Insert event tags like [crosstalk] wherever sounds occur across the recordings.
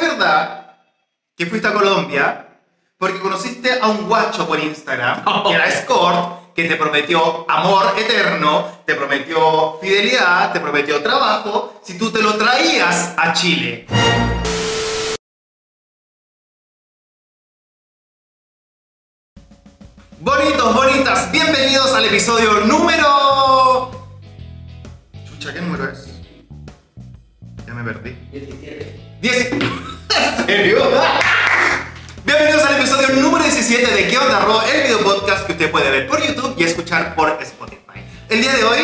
verdad que fuiste a Colombia porque conociste a un guacho por Instagram, que era escort, que te prometió amor eterno, te prometió fidelidad, te prometió trabajo, si tú te lo traías a Chile. Bonitos, bonitas, bienvenidos al episodio número... Chucha, ¿qué número es? Ya me perdí. 17. ¿En serio? Bienvenidos al episodio número 17 de ¿Qué onda Ro? El video podcast que usted puede ver por YouTube y escuchar por Spotify. El día de hoy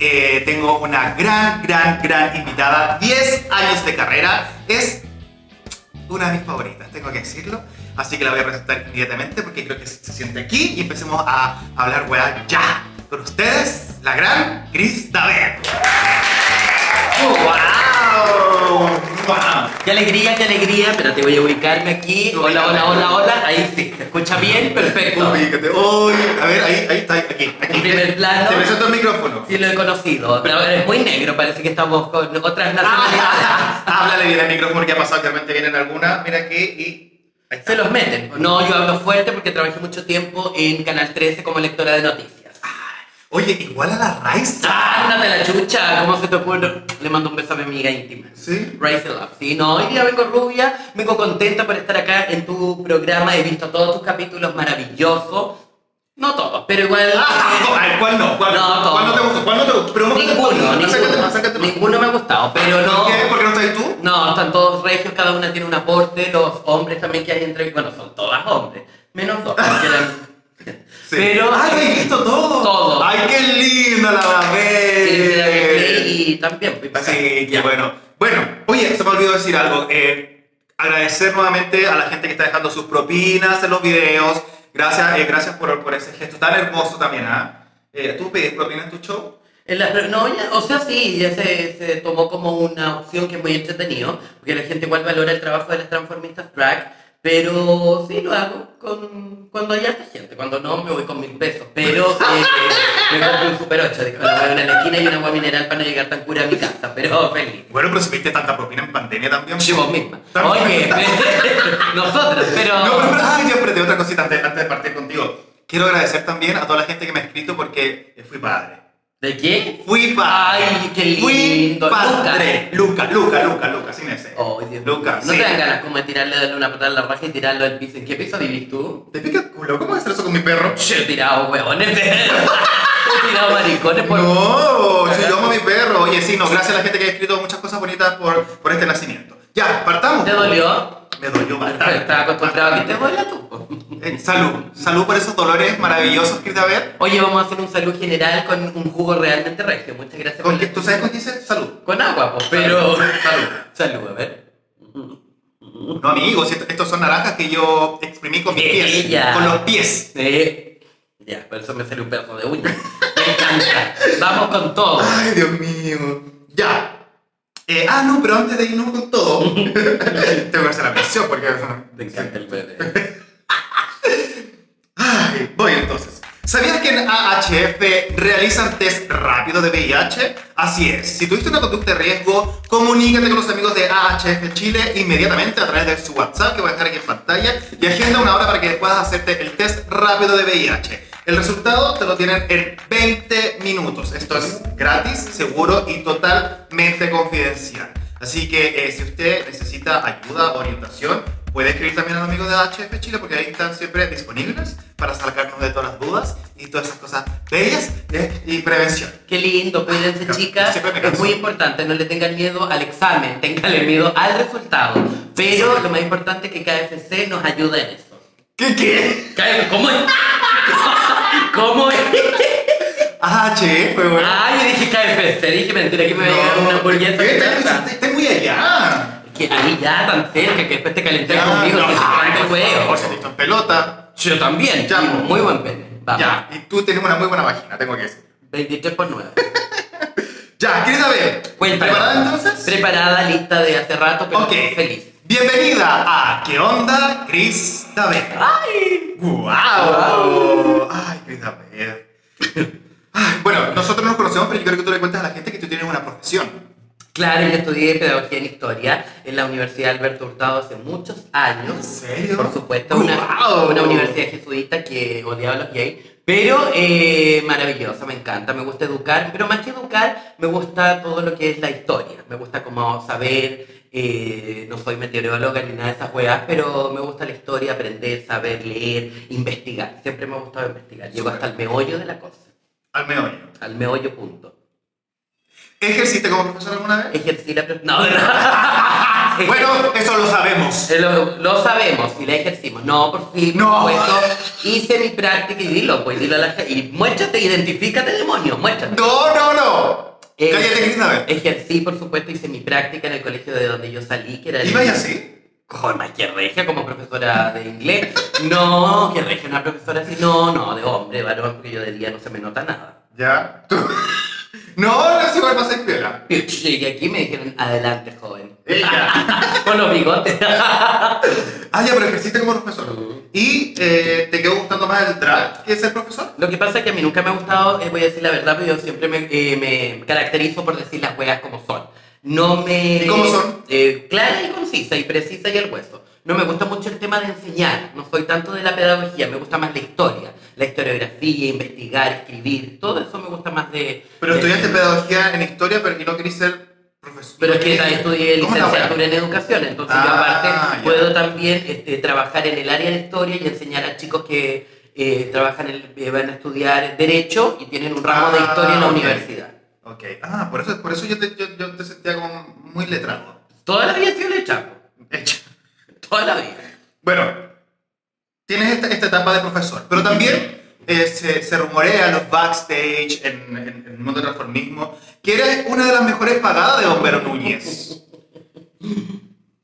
eh, tengo una gran, gran, gran invitada. 10 años de carrera. Es una de mis favoritas, tengo que decirlo. Así que la voy a presentar inmediatamente porque creo que se siente aquí y empecemos a hablar weá ya. Con ustedes, la gran Cristabel. ¡Wow! ¡Wow! ¡Qué alegría, qué alegría! Espérate, voy a ubicarme aquí. Hola, hola, hola, hola. Ahí sí, ¿se escucha bien? Perfecto. Ubícate. Uy, a ver, ahí, ahí está, aquí, aquí. En primer plano. Te presento el micrófono. Sí, lo he conocido. Pero es muy negro, parece que estamos con otras Ah. nacionalidades. Háblale bien al micrófono porque ha pasado que realmente vienen algunas. Mira aquí y. Ahí está. Se los meten. No, yo hablo fuerte porque trabajé mucho tiempo en Canal 13 como lectora de noticias. Oye, igual a la Raiza. ¡Ándate la chucha! ¿Cómo se te ocurre? Le mando un beso a mi amiga íntima. Sí. Raise it up. Sí, no, hoy día vengo rubia, vengo contenta por estar acá en tu programa. He visto todos tus capítulos maravillosos. No todos, pero igual. eh, Ah, ay, ¿Cuál no? ¿Cuál No, todo. ¿Cuál no te gustó? ¿Cuál no te gustó? Pero muéstrate un Ninguno, poquito, acércate más, ninguno, acércate más. ninguno me ha gustado, pero no. ¿Por qué? ¿Por qué no estás tú? No, están todos regios, cada una tiene un aporte, los hombres también que hay entre. Bueno, son todas hombres, menos dos. porque eran- Sí. Pero. ¡Ay, lo he visto todo! Todo. ¡Ay, qué linda la Sí, sí, la Babel! vi, Y también fui para acá. Eh, Sí, qué Ya. bueno. Bueno, oye, se me olvidó decir algo. Eh, agradecer nuevamente a la gente que está dejando sus propinas en los videos. Gracias, eh, gracias por, por ese gesto tan hermoso también, ¿ah? Eh, ¿Tú pedís propinas en tu show? En la- pero no, ya- o sea, sí, ya se, se tomó como una opción que es muy entretenido, porque la gente igual valora el trabajo de las transformistas drag, pero sí lo hago con, cuando hay harta gente, cuando no me voy con mil pesos, pero eh, me compro un super 8, dijo la huevona en la esquina y un agua mineral para no llegar tan cura a mi casa, pero feliz. Bueno, pero si viste tanta propina en pandemia también. Sí, vos misma. También. Oye, [laughs] nosotros, pero... No, pero, pero, ay, yo apreté otra cosita antes, antes de partir contigo. Quiero agradecer también a toda la gente que me ha escrito porque eh, fui padre. ¿De qué? Fui padre. Ay, qué Fui lindo. padre. Luca, Luca, Luca, Luca, sin ese. Oh, Dios mío. Lucas, ¿No sí. te dan ganas como de tirarle darle una patada en la raja y tirarlo al piso? ¿En qué piso vivís tú? ¿Te pica el culo? ¿Cómo vas a hacer eso con mi perro? Yo he tirado huevones de... [laughs] He tirado maricones por... No, yo amo a mi perro. Oye, sí, no, gracias a la gente que ha escrito muchas cosas bonitas por, por este nacimiento. Ya, partamos. ¿Te dolió? Me dolió bastante. Estaba acostumbrado a que te duela tú. po. Eh, salud, salud por esos dolores maravillosos, Crita Ver. Oye, vamos a hacer un salud general con un jugo realmente regio. Muchas gracias ¿Con qué- la- ¿Tú sabes con qué dice? Salud. Con agua, pues, pero... Salud. Salud, a ver. No, amigos, esto- estos son naranjas que yo exprimí con mis pies. Ella. Con los pies. Eh, ya, por eso me sale un pedazo de uña. Me encanta. Vamos con todo. Ay, Dios mío. Ya. Eh, ah, no, pero antes de irnos con todo, [laughs] tengo que hacer la presión porque. Me encanta el bebé. Ay, voy entonces. ¿Sabías que en AHF realizan test rápido de VIH? Así es. Si tuviste una conducta de riesgo, comunícate con los amigos de AHF Chile inmediatamente a través de su WhatsApp que voy a dejar aquí en pantalla y agenda una hora para que puedas hacerte el test rápido de VIH. El resultado te lo tienen en 20 minutos. Esto es gratis, seguro y totalmente confidencial. Así que eh, si usted necesita ayuda, orientación, puede escribir también a los amigos de HF Chile porque ahí están siempre disponibles para sacarnos de todas las dudas y todas esas cosas bellas eh, y prevención. Qué lindo, cuídense Yo chicas. Ah, siempre me Es canso. muy importante, no le tengan miedo al examen, tenganle miedo al resultado. Pero lo más importante es que KFC nos ayuda en eso. ¿Qué qué? KFC, ¿Cómo es? [laughs] ¿Cómo es? HF, güey. Ah, yo dije KFC, dije mentira que me voy a llegar una hamburguesa. ¿Qué? de Está- casa. está- está muy allá. Que ahí ya, tan cerca, que después te calenté Ya, conmigo, no, que se ay, caliente el por huevo. favor, se te hizo en pelota. Yo también, Ya, y pues. muy buen pene. Vamos, Ya, y tú tienes una muy buena vagina, tengo que decir. 23 por 9. Ya, ¿quieres saber? ¿Preparada entonces? Preparada, lista de hace rato, pero Ok. feliz. Bienvenida a ¿Qué onda, Cris David? ¡Ay! ¡Guau! ¡Ay, Cris David! Ay, Bueno, nosotros nos conocemos, pero yo creo que tú le cuentas a la gente que tú tienes una profesión. Claro, yo estudié pedagogía en historia en la Universidad Alberto Hurtado hace muchos años. ¿En serio? Por supuesto, una, ¡Guau! una universidad jesuita que odiaba a los gays. Pero eh, maravillosa, me encanta, me gusta educar, pero más que educar, me gusta todo lo que es la historia. Me gusta como saber, eh, no soy meteoróloga ni nada de esas weas, pero me gusta la historia, aprender, saber, leer, investigar. Siempre me ha gustado investigar. Llego Súper. hasta el meollo de la cosa, Al meollo. al meollo punto. ¿Ejerciste como profesor alguna vez? Ejercí la... pro- No, [laughs] no. Bueno, eso lo sabemos. Eh, Lo, lo sabemos y la ejercimos. No, por fin, No. por supuesto, hice mi práctica y dilo, pues dilo a la gente. Y muéstrate, identifícate, demonio, muéstrate. No, no, no. Eh, Cállate, Cristina. Ejercí, por supuesto, hice mi práctica en el colegio de donde yo salí, que era el. ¿Ibas así? Con más que regia, como profesora de inglés. No, que regia, una profesora así. No, no, de hombre, varón, porque yo de día no se me nota nada. Ya. [laughs] Tú- No, no es igual más escuela. Y aquí me dijeron, adelante, joven. ¿Eh? Ella. Con los bigotes. Ah, ya, pero ejerciste como profesor. ¿Y eh, te quedó gustando más el trap que ser profesor? Lo que pasa es que a mí nunca me ha gustado, eh, voy a decir la verdad, pero yo siempre me, eh, me caracterizo por decir las huevas como son. No me... ¿Y cómo son? Eh, clara y concisa y precisa y al hueso. No me gusta mucho el tema de enseñar, no soy tanto de la pedagogía, me gusta más la historia, la historiografía, investigar, escribir, todo eso me gusta más de... Pero de- estudiaste pedagogía en historia, pero que no querís ser profesor. Pero es que también estudié ¿Cómo es la wea? licenciatura en educación, entonces yo Ah, aparte ya. puedo también este, trabajar en el área de historia y enseñar a chicos que eh, trabajan, en- eh, van a estudiar derecho y tienen un ramo de Ah, historia en la ok. universidad. Ok. Ah, por eso, por eso yo, te, yo, yo te sentía como muy letrado. Toda la vida he sido lechapo, Hecho. toda la vida. Bueno, tienes esta, esta etapa de profesor, pero también eh, se, se rumorea en los backstage, en, en- en el mundo del transformismo, que eres una de las mejores pagadas de Bombero Núñez.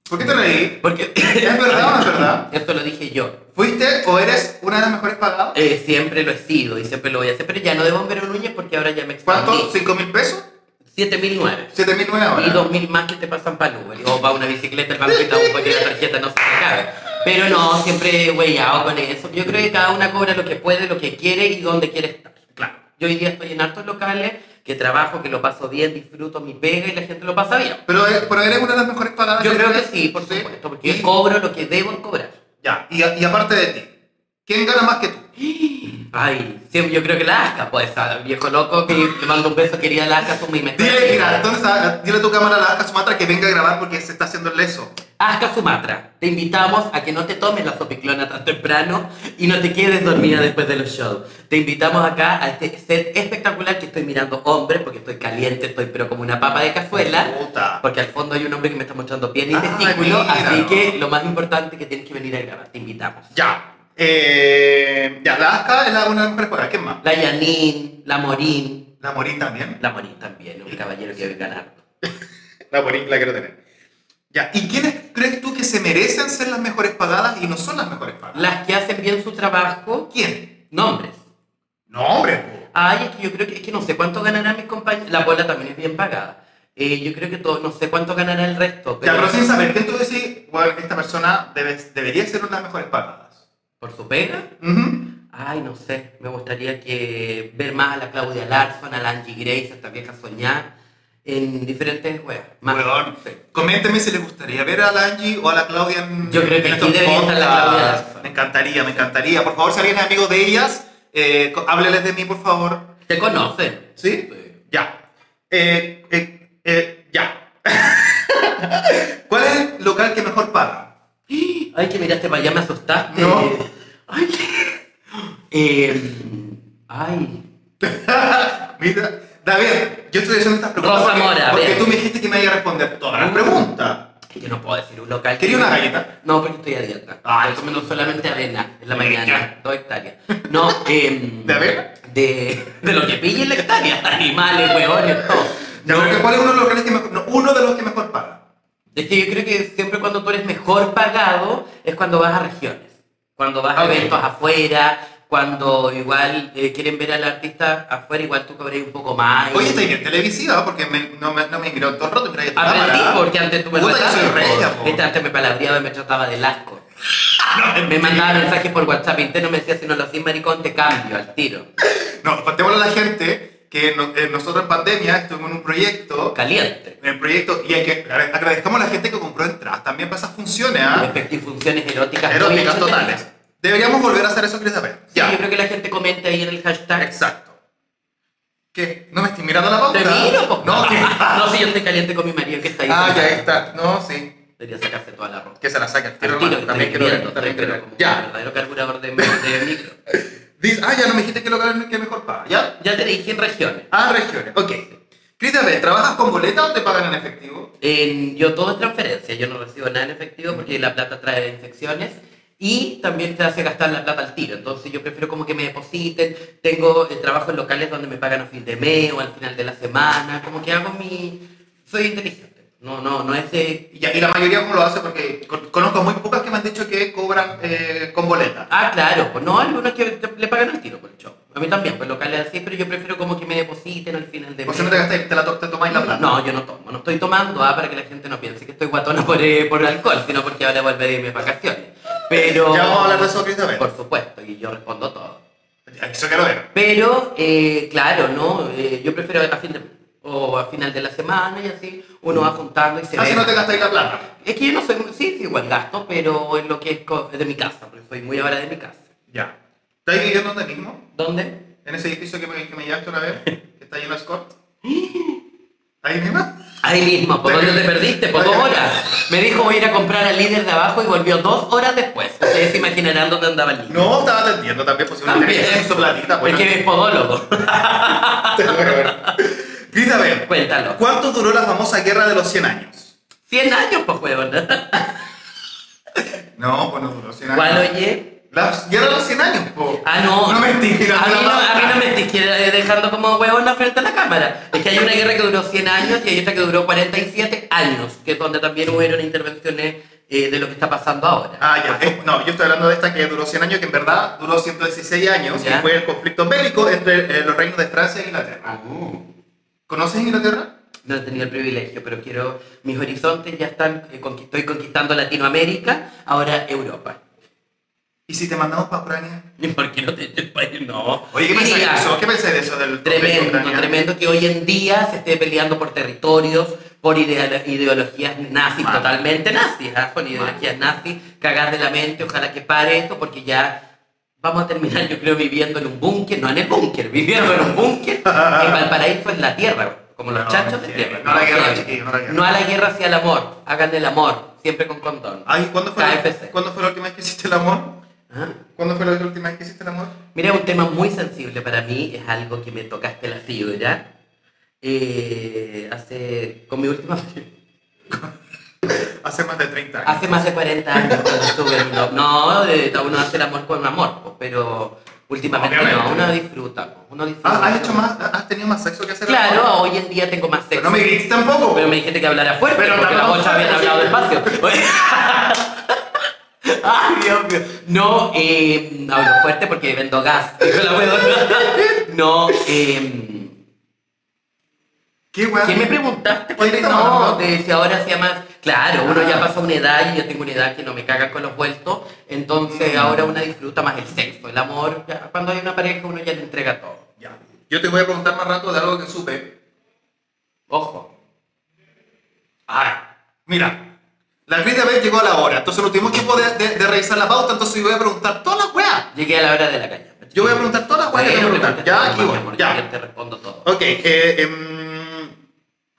¿Por qué te reí? Porque ¿Es verdad o no es verdad? [laughs] Esto lo dije yo. ¿Fuiste o eres una de las mejores pagadas? Eh, siempre lo he sido y siempre lo voy a hacer, pero ya no de Bombero Núñez porque ahora ya me expandí. ¿Cuánto? ¿Cinco mil pesos? 7009. ¿Siete mil nueve Y ahora? dos mil más que te pasan para Uber. O va una bicicleta al banco y te da un porque la tarjeta no se te cabe. Pero no, siempre weyado con eso. Yo creo que cada una cobra lo que puede, lo que quiere y donde quiere estar. Claro. Yo hoy día estoy en hartos locales, que trabajo, que lo paso bien, disfruto mi pega y la gente lo pasa bien. Pero, eh, pero eres una de las mejores pagadas. Yo creo que tienes. sí, por supuesto, porque Y- yo cobro lo que debo cobrar. Ya, y, a- y aparte de ti, ¿quién gana más que tú? Ay, siempre yo creo que la asca, pues, al viejo loco que le mando un beso, quería la asca, suma y me Dile, mira, ¿dónde está? Dile a tu cámara a la Asca Sumatra que venga a grabar porque se está haciendo el leso. Asca Sumatra, te invitamos a que no te tomes la sopiclona tan temprano y no te quedes dormida después de los shows. Te invitamos acá a este set espectacular que estoy mirando hombres, porque estoy caliente, estoy pero como una papa de cazuela, Puta. porque al fondo hay un hombre que me está mostrando piel y Ah, testículo, mira. así que lo más importante es que tienes que venir a grabar, te invitamos. Ya. Eh, ya, la Aska es la una de las mejores jugadoras. ¿Quién más? La Yanin, la Morín, La Morín también. la Morín también, un caballero que debe ganar. La Morín la quiero tener. Ya. ¿Y quiénes crees tú que se merecen ser las mejores pagadas y no son las mejores pagadas? Las que hacen bien su trabajo, ¿Quién? nombres. No, hombre. po. Ay, es que yo creo que, es que no sé cuánto ganarán mis compañeros. La bola también es bien pagada. Eh, yo creo que todo, no sé cuánto ganará el resto. Ya, Pero, pero sin saber, ¿quién tú decís? Bueno, esta persona debe- debería ser una de las mejores pagadas. ¿Por su pega? Ujú. Ay, no sé. Me gustaría que ver más a la Claudia Larson, a la Angie Grace, a esta vieja soñar en diferentes weas. Más. Weón. no sé. Coménteme si les gustaría ver a la Angie o a la Claudia en Yo creo que en aquí debería estar la podcasts. Claudia Larza. Me encantaría, me encantaría. Por favor, si alguien es amigo de ellas, eh, co- hábleles de mí, por favor. ¿Te conocen? ¿Sí? Ya. Eh, eh, eh, ya. [laughs] ¿Cuál es el local que mejor paga? Ay, que miraste para allá, me asustaste. No. Ay, [laughs] qué- Eh, ay. Mira, David, yo estoy haciendo estas preguntas Rosa porque, Mora, porque bien. Mm. tú me dijiste que me iba a responder todas las preguntas. Yo no puedo decir un local. ¿Quería una galleta? No, porque estoy a dieta. Ah, Estoy comiendo solamente avena en la Venga. mañana, dos hectáreas. No, em, ¿De avena? De, de lo que pille en la hectárea, animales, hueones, todo. Ya, No, pero ¿Cuál es uno de los locales que mejor, no, uno de los que mejor paga? es que yo creo que siempre cuando tú eres mejor pagado es cuando vas a regiones, cuando vas a Ok. eventos afuera, cuando igual eh, quieren ver al artista afuera, igual tú cobras un poco más. y- Oye, estoy bien televisiva porque me- no, me, no me miró todo el rato, mira, ya está Aprendí cámara. porque antes tú me Ah, Puta, yo tratabas, soy po. regia, po. Este antes me palabreaba y me trataba de [laughs] lasco. me mandaba mensajes por WhatsApp interno, me decía si no lo haces maricón te cambio al tiro. No, contémosle a la gente que no- eh, nosotros en pandemia estuvimos en un proyecto, Caliente. en el proyecto, y hay que agradezcamos a la gente que compró entradas también para esas funciones, ¿ah? Espe- Y funciones eróticas. muy Eróticas entretenidas. totales. Deberíamos volver a hacer eso, Cris Tapia. Sí, Ya. yo creo que la gente comente ahí en el hashtag. Exacto. ¿Qué? ¿No me estoy mirando la pauta? Te miro, po. [laughs] No, ¿qué? No, si yo estoy caliente con mi marido que está ahí. Ah, ya sentado. ahí está. No, sí. Debería sacarse toda la ropa. Que se la saca el tiro, Al tiro, hermano. También estoy quiero hirviendo, ver. También estoy quiero ver. como un Ya. verdadero carburador de, de micro. Dice- ah, ya no me dijiste que lo que que mejor paga. Ya. Ya te dije en regiones. Ah, regiones. Ok. Cris Tapia, ¿trabajas con boleta o te pagan en efectivo? En- yo todo es transferencia, yo no recibo nada en efectivo porque la plata trae infecciones y también te hace gastar la plata al tiro. Entonces yo prefiero como que me depositen, tengo eh, trabajo en locales donde me pagan a fin de mes o al final de la semana, como que hago mi... Soy inteligente, no, no, no es de... Y, ya- y la mayoría como lo hace porque con- conozco muy pocas que me han dicho que cobran eh, con boleta. Ah, claro, pues no, algunos que te- le pagan al tiro por el show. A mí también, pues locales así, pero yo prefiero como que me depositen al final de O mes. si no te gastáis, te la to- te tomáis la plata. No, yo no tomo, no estoy tomando, ah, para que la gente no piense que estoy guatona por, eh, por alcohol, sino porque ahora volveré de mis vacaciones. Pero... Ya vamos a hablar de eso, Cris Tapia. Por supuesto, y yo respondo todo. Eso quiero ver. Pero, eh, claro, ¿no? Eh, yo prefiero a fin de, o a final de la semana y así uno va juntando y se Ah, si ve. no te gastáis la plata. Es que yo no soy, muy- sí, sí, igual gasto, pero en lo que es co- de mi casa, porque soy muy ahora de mi casa. Ya. ¿Estáis viviendo donde mismo? ¿Dónde? En ese edificio que me, que me llevaste una [laughs] vez, que está lleno de escort. ¿Ahí mismo? Ahí mismo, ¿por dónde te perdiste? Por dos horas. Me dijo voy a ir a comprar al líder de abajo y volvió dos horas después. Ustedes se imaginarán dónde andaba el líder. No, estaba atendiendo también, pues si uno También. tiene que hacer su platita, pues, bueno. Es que es podólogo. [laughs] [laughs] Grita, a ver, Cuéntalo. ¿cuánto duró la famosa guerra de los 100 años? 100 años, pues, huevón. No, pues no duró 100 años. ¿Cuál oye? La guerra de los 100 años, po. Ah, no. No me estoy mirando A mí la no, a mí mano. no me estoy eh, dejando como huevona frente a la cámara. Es que hay una guerra que duró 100 años y hay otra que duró 47 años, que es donde también hubieron intervenciones eh, de lo que está pasando ahora. Ah, ya. eh, no, yo estoy hablando de esta que duró 100 años, que en verdad duró 116 años, Ya. que fue el conflicto bélico entre eh, los reinos de Francia e Inglaterra. ¿Conoces Inglaterra? No he tenido el privilegio, pero quiero. Mis horizontes ya están. eh, conquist- estoy conquistando Latinoamérica, ahora Europa. [laughs] ¿Y si te mandamos para Ucrania? ¿Y ¿Por qué no te el país? No. Oye, ¿qué pensáis Iría. de eso? ¿Qué pensáis de eso del conflicto Tremendo, ucraniano? tremendo que hoy en día se esté peleando por territorios, por ideolo- ideologías nazis, Mal. totalmente nazis, ¿ah? con ideologías nazis, cagar de la mente, ojalá que pare esto, porque ya vamos a terminar, yo creo, viviendo en un búnker, no en el búnker, viviendo en un búnker, en Valparaíso, en la tierra, como los No, chachos de sí, tierra. no a la guerra, Sí. chiquillos, no a la guerra. No a la guerra, sí al amor, hagan el amor, siempre con condón. Ay, ¿cuándo fue, la, KFC. ¿cuándo fue la última vez que hiciste el amor? ¿Ah? ¿Cuándo fue la última vez que hiciste el amor? Mira, un tema muy sensible para mí, es algo que me tocaste la fibra. eh, hace, con mi última, Hace más de 30 años. hace más de 40 años cuando estuve en uno, no, de, uno hace el amor con amor, pues, pero últimamente no, Obviamente. uno disfruta, pues, uno disfruta. Ah, ¿Has hecho más? ¿Has tenido más sexo que hacer el Claro, amor? hoy en día tengo más Pero sexo. no me grites tampoco. Pero me dijiste que hablara fuerte, Pero porque las hablamos bochas habían fuerte, hablado [laughs] despacio. Ay, Dios mío. No, eh, hablo fuerte porque vendo gas. Dijo [laughs] la huevona. No, eh, ¿Qué weón? ¿qué me preguntaste? ¿Qué estamos No, hablando? de si ahora hacía más. Claro, uno ya Ah. pasa una edad y yo tengo una edad que no me cagan con los vueltos. Entonces Mm. ahora uno disfruta más el sexo, el amor. ya, cuando hay una pareja uno ya le entrega todo. Ya. Yo te voy a preguntar más rato de algo que supe. Ojo. Ah, mira. La Cris de Abel llegó a la hora, entonces no tuvimos tiempo de, de- de revisar la pauta, entonces yo voy a preguntar todas las weas. Llegué a la hora de la caña. Yo voy a preguntar todas las weas que te Bueno, preguntan. pregunta, Ya, aquí mi voy, amor, ya. Yo te respondo todo. Ok, eh, em,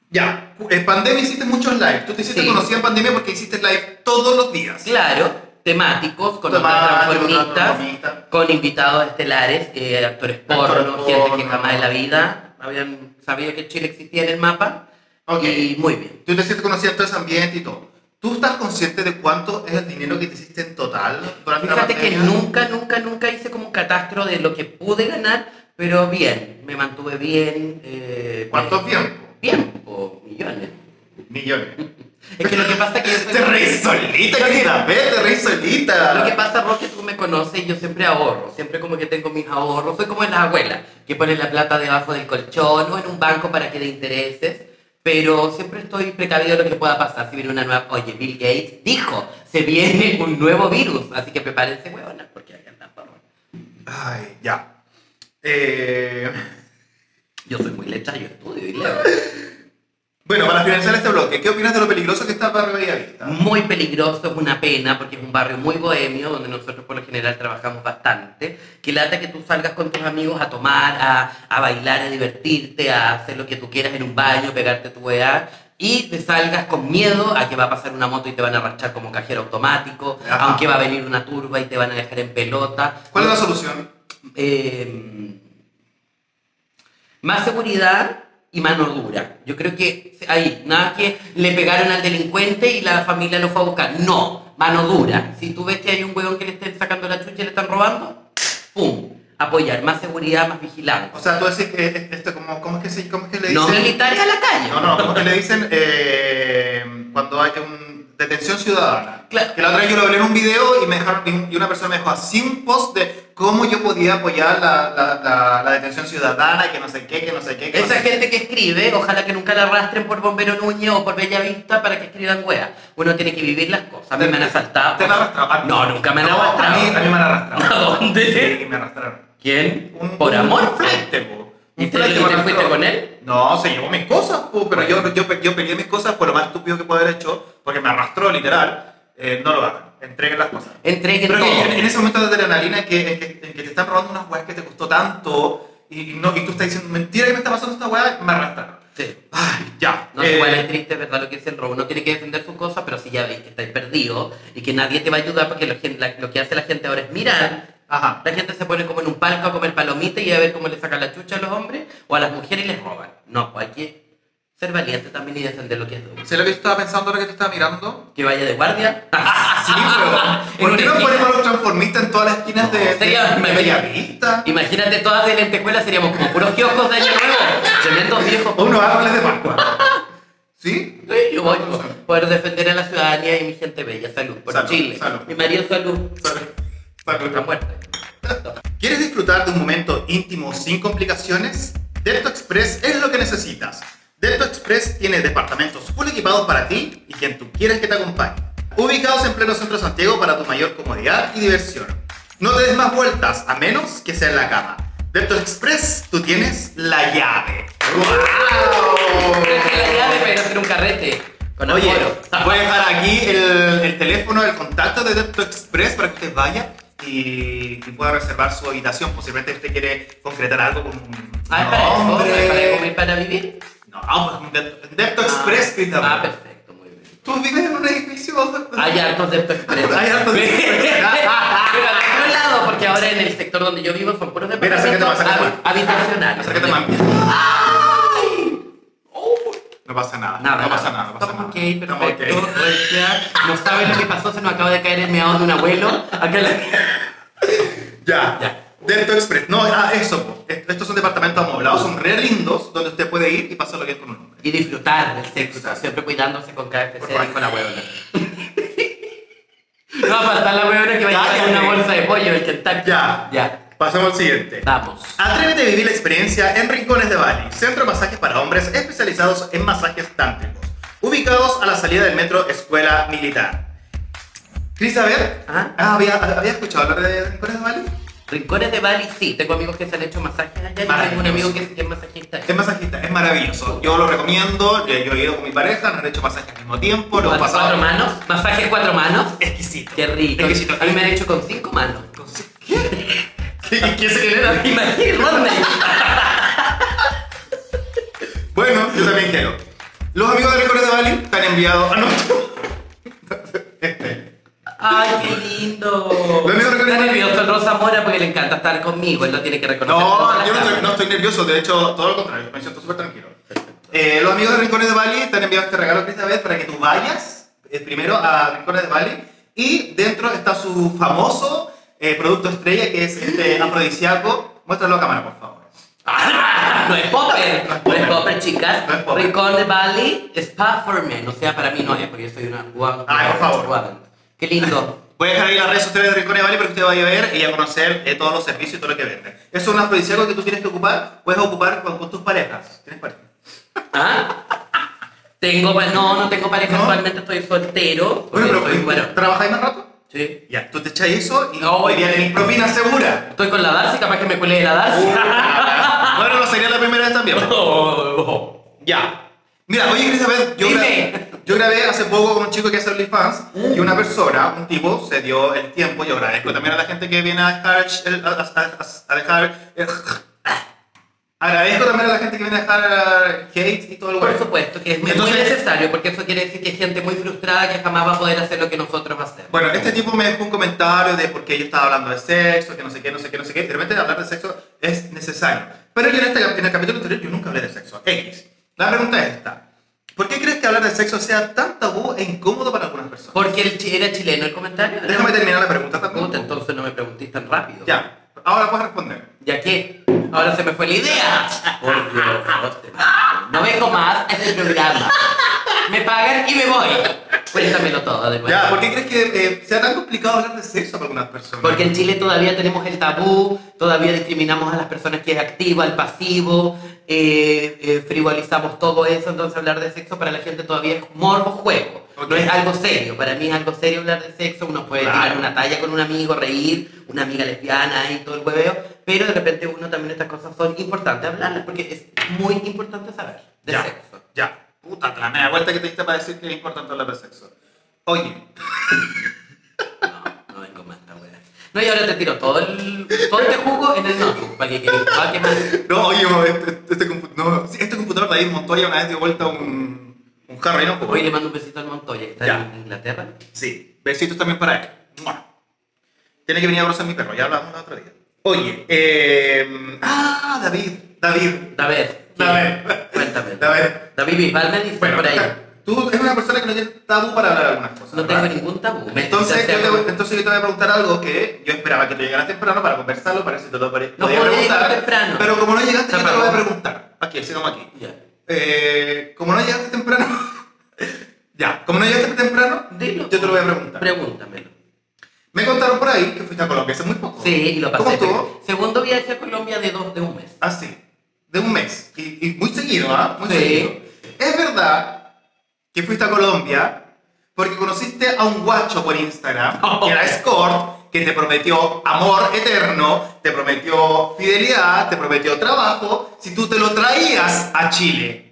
ya. En pandemia hiciste muchos live. Tú te hiciste Sí. conocida en pandemia porque hiciste live todos los días. Claro, temáticos, con Temáticos, otras otras transformistas, transformistas. con invitados estelares, eh, actores porno, Actores gente que porno. jamás en la vida habían sabido que Chile existía en el mapa. Ok. Y muy bien. Tú te hiciste conocida en todo ese ambiente y todo. ¿Tú estás consciente de cuánto es el dinero que te hiciste en total durante la Fíjate que pandemia? nunca, nunca, nunca hice como un catastro de lo que pude ganar, pero bien, me mantuve bien. eh, ¿Cuánto me- tiempo? Tiempo, millones. Millones. Es que lo que pasa es que yo soy- [laughs] Te reís solita, querida. Ve, te reís Lo que solita. pasa, Roque, tú me conoces y yo siempre ahorro. Siempre como que tengo mis ahorros. Soy como las abuelas, que ponen la plata debajo del colchón o en un banco para que dé intereses. Pero siempre estoy precavido de lo que pueda pasar. Si viene una nueva... Oye, Bill Gates dijo, se viene un nuevo virus. Así que prepárense, huevonas, porque hay que andar por- Ay, ya. Eh, Yo soy muy letra, yo estudio y leo. Bueno, para finalizar este bloque, ¿qué opinas de lo peligroso que está Barrio Bellavista? Muy peligroso, es una pena, porque es un barrio muy bohemio, donde nosotros por lo general trabajamos bastante. Que lata que tú salgas con tus amigos a tomar, a, a bailar, a divertirte, a hacer lo que tú quieras en un baño, pegarte tu weá. Y te salgas con miedo a que va a pasar una moto y te van a arrastrar como cajero automático, Ajá. aunque va a venir una turba y te van a dejar en pelota. ¿Cuál es la solución? eh, más seguridad y mano dura. Yo creo que ahí, nada que le pegaron al delincuente y la familia lo fue a buscar. No, mano dura. Si tú ves que hay un huevón que le estén sacando la chucha y le están robando, ¡pum! Apoyar, más seguridad, más vigilancia. O sea, tú decís que es- esto, como, ¿cómo, es que se, ¿cómo es que le no dicen? militares a la calle. No, no, ¿cómo es que le dicen eh, cuando hay un detención ciudadana? Claro. Que la otra vez yo lo hablé en un video y, me dejaron, y una persona me dejó así un post de cómo yo podía apoyar la, la, la, la detención ciudadana y que no sé qué, que no sé qué. que no Esa sé qué. gente que escribe, ojalá que nunca la arrastren por Bombero Núñez o por Bellavista para que escriban weas. Uno tiene que vivir las cosas. A mí me han asaltado. ¿Te han arrastrado? A mí. No, nunca me han No, arrastrado. A mí, a mí me han arrastrado. ¿A dónde? Sí, me arrastraron. ¿Quién? Un- Por amor, Un flight, po. ¿Y Un te- flight y me te arrastró. fuiste con él? No, se llevó mis cosas, po, pero yo, yo, pe- yo peleé mis cosas por lo más estúpido que puedo haber hecho, porque me arrastró, literal. Eh, no lo hagan, entreguen las cosas. Entreguen Pero todo. que en, en ese momento de adrenalina que, en, que, en que te están robando unas weas que te costó tanto y, y no, y tú estás diciendo, mentira que me está pasando esta wea, me arrastraron. Sí. Ay, ya. No, Eh, igual es triste, es verdad lo que dice el robo. Uno tiene que defender sus cosas, pero si ya veis que estáis perdidos y que nadie te va a ayudar, porque lo, gen- la- lo que hace la gente ahora es mirar. Ajá. La gente se pone como en un palco a comer palomitas y a ver cómo le sacan la chucha a los hombres o a las mujeres y les roban. No, pues hay que ser valiente también y defender lo que es duro. ¿Sabes lo que yo estaba pensando ahora que te estaba mirando? Que vaya de guardia. Ah. Sí, pero [laughs] ¿por qué no ponemos a los transformistas en todas las esquinas de, de, Sería- de Bellavista? Imagínate todas de lentejuelas, seríamos como puros kioscos de año nuevo. Tremendos viejos. O unos árboles de Pascua. ¿Sí? Sí, yo voy por poder defender a la ciudadanía y mi gente bella. Salud por Salud, Chile. salud. Mi marido, salud. Sale- Está sale. muerta. ¿Quieres disfrutar de un momento íntimo sin complicaciones? Delta Express es lo que necesitas. Delta Express tiene departamentos full equipados para ti y quien tú quieres que te acompañe. Ubicados en pleno centro de Santiago para tu mayor comodidad y diversión. No te des más vueltas, a menos que sea en la cama. Delta Express, tú tienes la llave. ¡Wow! Traje la llave para ir a hacer un carrete con Oye, [laughs] aforo. voy a dejar aquí el, el teléfono, el contacto de Depto Express para que usted vaya y, y pueda reservar su habitación. Posiblemente usted quiere concretar algo con un Ah, es para eso, es para comer, para vivir. No, pues un Depto, Depto Express, grita. Ah, perfecto, Ah, muy bien. Tú vives en un edificio. Hay hartos de express. Hay hartos de Express. Pero al otro lado, porque ahora en el sector donde yo vivo son puros Mira, acércate más, departamentos acércate más. hab- habitacionales. Acércate más. ¡Ay! Oh, No pasa nada. Nada, no pasa nada. No pasa nada. Estamos ok, Estamos ok. perfecto. regia. No saben lo que pasó, se nos acaba de caer el meado de un abuelo. Acá en la- Ya. Ya. Depto Express. No, ah, eso. po. Est- Estos son departamentos amoblados, son re lindos, donde usted puede ir y pasar lo que es con un hombre. Y disfrutar del sexo, Disfrutar. siempre cuidándose con KFC Por favor. y con la huevona. No va a faltar la huevona que va a llevar Cállate. una bolsa de pollo el Kentucky. Ya. Ya. Pasemos al siguiente. Vamos. Atrévete a vivir la experiencia en Rincones de Bali, centro de masajes para hombres especializados en masajes tántricos, ubicados a la salida del metro Escuela Militar. Crisabel, Ajá. Ah, ¿había, había escuchado hablar de Rincones de Bali? Rincones de Bali, sí. Tengo amigos que se han hecho masajes allá. y Tengo un Maravilloso. amigo que, que es masajista. Es masajista, es maravilloso. Yo lo recomiendo, yo yo he ido con mi pareja, nos han hecho masajes al mismo tiempo, lo hemos Cuatro, pasado cuatro manos. Masajes cuatro manos. exquisito. [laughs] Qué rico. Exquisito. A mí me han hecho con cinco manos. ¿Qué? ¿Qué, qué se genera? [laughs] Imagínate, ¿dónde? Bueno, yo también quiero. Los amigos de Rincones de Bali te han enviado... Ah, no. Este. Ay, qué lindo. Lo único que Está recuerdo- nervioso el Rosa Mora porque le encanta estar conmigo. Él lo tiene que reconocer. No, Todas yo no las estoy, no cámaras. estoy nervioso, de hecho, todo lo contrario, me siento súper tranquilo. Eh, los amigos de Rincones de Bali te han enviado este regalo que esta vez para que tú vayas eh, primero a Rincones de Bali y dentro está su famoso eh, producto estrella que es este afrodisíaco. Muéstralo a cámara, por favor. Ah, No es popper. No es No popper. es popper, chicas. No es popper. Rincón de Bali, spa for men. O sea, para mí no es porque yo soy una guapa. Ay, por favor. Qué lindo. Voy a dejar ahí las redes sociales de Rincones de Bali para que usted vaya a ver y a conocer eh, todos los servicios y todo lo que venden. Es un afrodisíaco que tú tienes que ocupar, puedes ocupar con, con tus parejas. ¿Tienes pareja? ¿Ah? Tengo, pa- no, no tengo pareja ¿No? actualmente, estoy soltero. Bueno, porque pero eh, soy, bueno, ¿trabajáis más rato? sí. Ya, tú te echas eso y No, hoy día tenés propina segura. [laughs] Estoy con la Darcy, capaz que me cuele de la Darcy. Bueno, no sería la primera vez también. Ya. Mira, oye, Elizabeth, yo, Dime. grabé, yo grabé hace poco con un chico que hace OnlyFans y una persona, un tipo, se dio el tiempo. Yo agradezco también a la gente que viene a dejar. el- A, a- a dejar el- eh, agradezco también a la gente que viene a dejar hate y todo el Por huevo. supuesto que es muy Entonces- necesario, porque eso quiere decir que hay gente muy frustrada que jamás va a poder hacer lo que nosotros hacemos. Bueno, este tipo me dejó un comentario de por qué yo estaba hablando de sexo, que no sé qué, no sé qué, no sé qué. De repente hablar de sexo es necesario. Pero yo en, este, en el capítulo anterior yo nunca hablé de sexo. X. La pregunta es esta. ¿Por qué crees que hablar de sexo sea tan tabú e incómodo para algunas personas? Porque el chi- era chileno el comentario. ¿no? Déjame terminar la pregunta Puta, también. entonces no me preguntís tan rápido. Ya, ahora puedes responder. ¿Ya qué? Ahora se me fue la idea. Por Dios, no vengo más a este programa. Me pagan y me voy. Cuéntamelo todo de nuevo. Ya, ¿por qué crees que eh, sea tan complicado hablar de sexo para algunas personas? Porque en Chile todavía tenemos el tabú, todavía discriminamos a las personas que es activo, al pasivo, eh, eh, frivolizamos todo eso, entonces hablar de sexo para la gente todavía es morbo juego. Ok. No es algo serio, para mí es algo serio hablar de sexo, uno puede Claro. tirar una talla con un amigo, reír, una amiga lesbiana y todo el hueveo, pero de repente uno también estas cosas son importantes hablarlas, porque es muy importante saber de Ya. sexo. Ya, puta, la media vuelta que te diste para decir que es importante hablar de sexo. Oye, No, no vengo más, esta wea. No, y ahora te tiro todo el, todo este jugo en el notebook, para que quede- para que más. No, oye, mo, este, este, compu- no, sí, este computador de David Montoya una vez dio vuelta un, un Harry, ¿no? Hoy le mando un besito al Montoya, que está Ya. en Inglaterra. Sí, besitos también para él. ¡Mua! Tiene que venir a abrazar a mi perro, ya hablamos la otra día. Oye, eh, ah, David, David. David. David. ¿qué? Cuéntame. David. David Bisbal me dice por ahí. tú eres una persona que no tiene tabú para hablar algunas cosas. No ¿verdad? tengo ningún tabú. Me- Entonces, ya yo te, sea- voy- entonces yo te voy a preguntar algo que yo esperaba que tú llegaras temprano para conversarlo, para eso te lo pare- No podía podía preguntar. llegar temprano. Pero como no llegaste, yo Se te lo voy a apagó. preguntar. Aquí, sigamos aquí. Ya. Eh, como no llegaste temprano, [laughs] ya, como no llegaste temprano, Dilo. yo te lo voy a preguntar. Pregúntamelo. Me contaron por ahí que fuiste a Colombia hace muy poco. Sí, y lo pasé. ¿Cómo bien. estuvo? Segundo viaje a Colombia de dos de un mes. Así, de un mes. Y, y muy seguido, ¿ah? Muy Sí. seguido. Es verdad que fuiste a Colombia porque conociste a un guacho por Instagram, Oh, que era Escort, que te prometió amor eterno, te prometió fidelidad, te prometió trabajo, si tú te lo traías a Chile.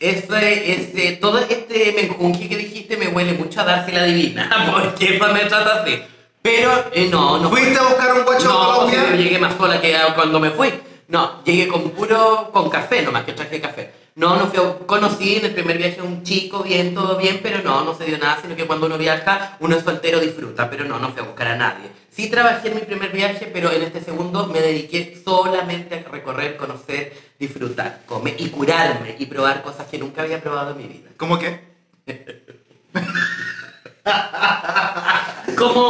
Este, este, todo este menjunje que dijiste me huele mucho a darse la divina. [laughs] Porque eso me trata así. Pero eh, no, no. ¿Fuiste a buscar a un guacho a No, Colombia? yo llegué más sola que cuando me fui. No, llegué con puro, con café nomás, que traje café. No, no fui, a- conocí en el primer viaje a un chico, bien, todo bien, pero no, no se dio nada, sino que cuando uno viaja, uno es soltero, disfruta, pero no, no fui a buscar a nadie. Sí trabajé en mi primer viaje, pero en este segundo me dediqué solamente a recorrer, conocer, disfrutar, comer y curarme y probar cosas que nunca había probado en mi vida. ¿Cómo que? Como...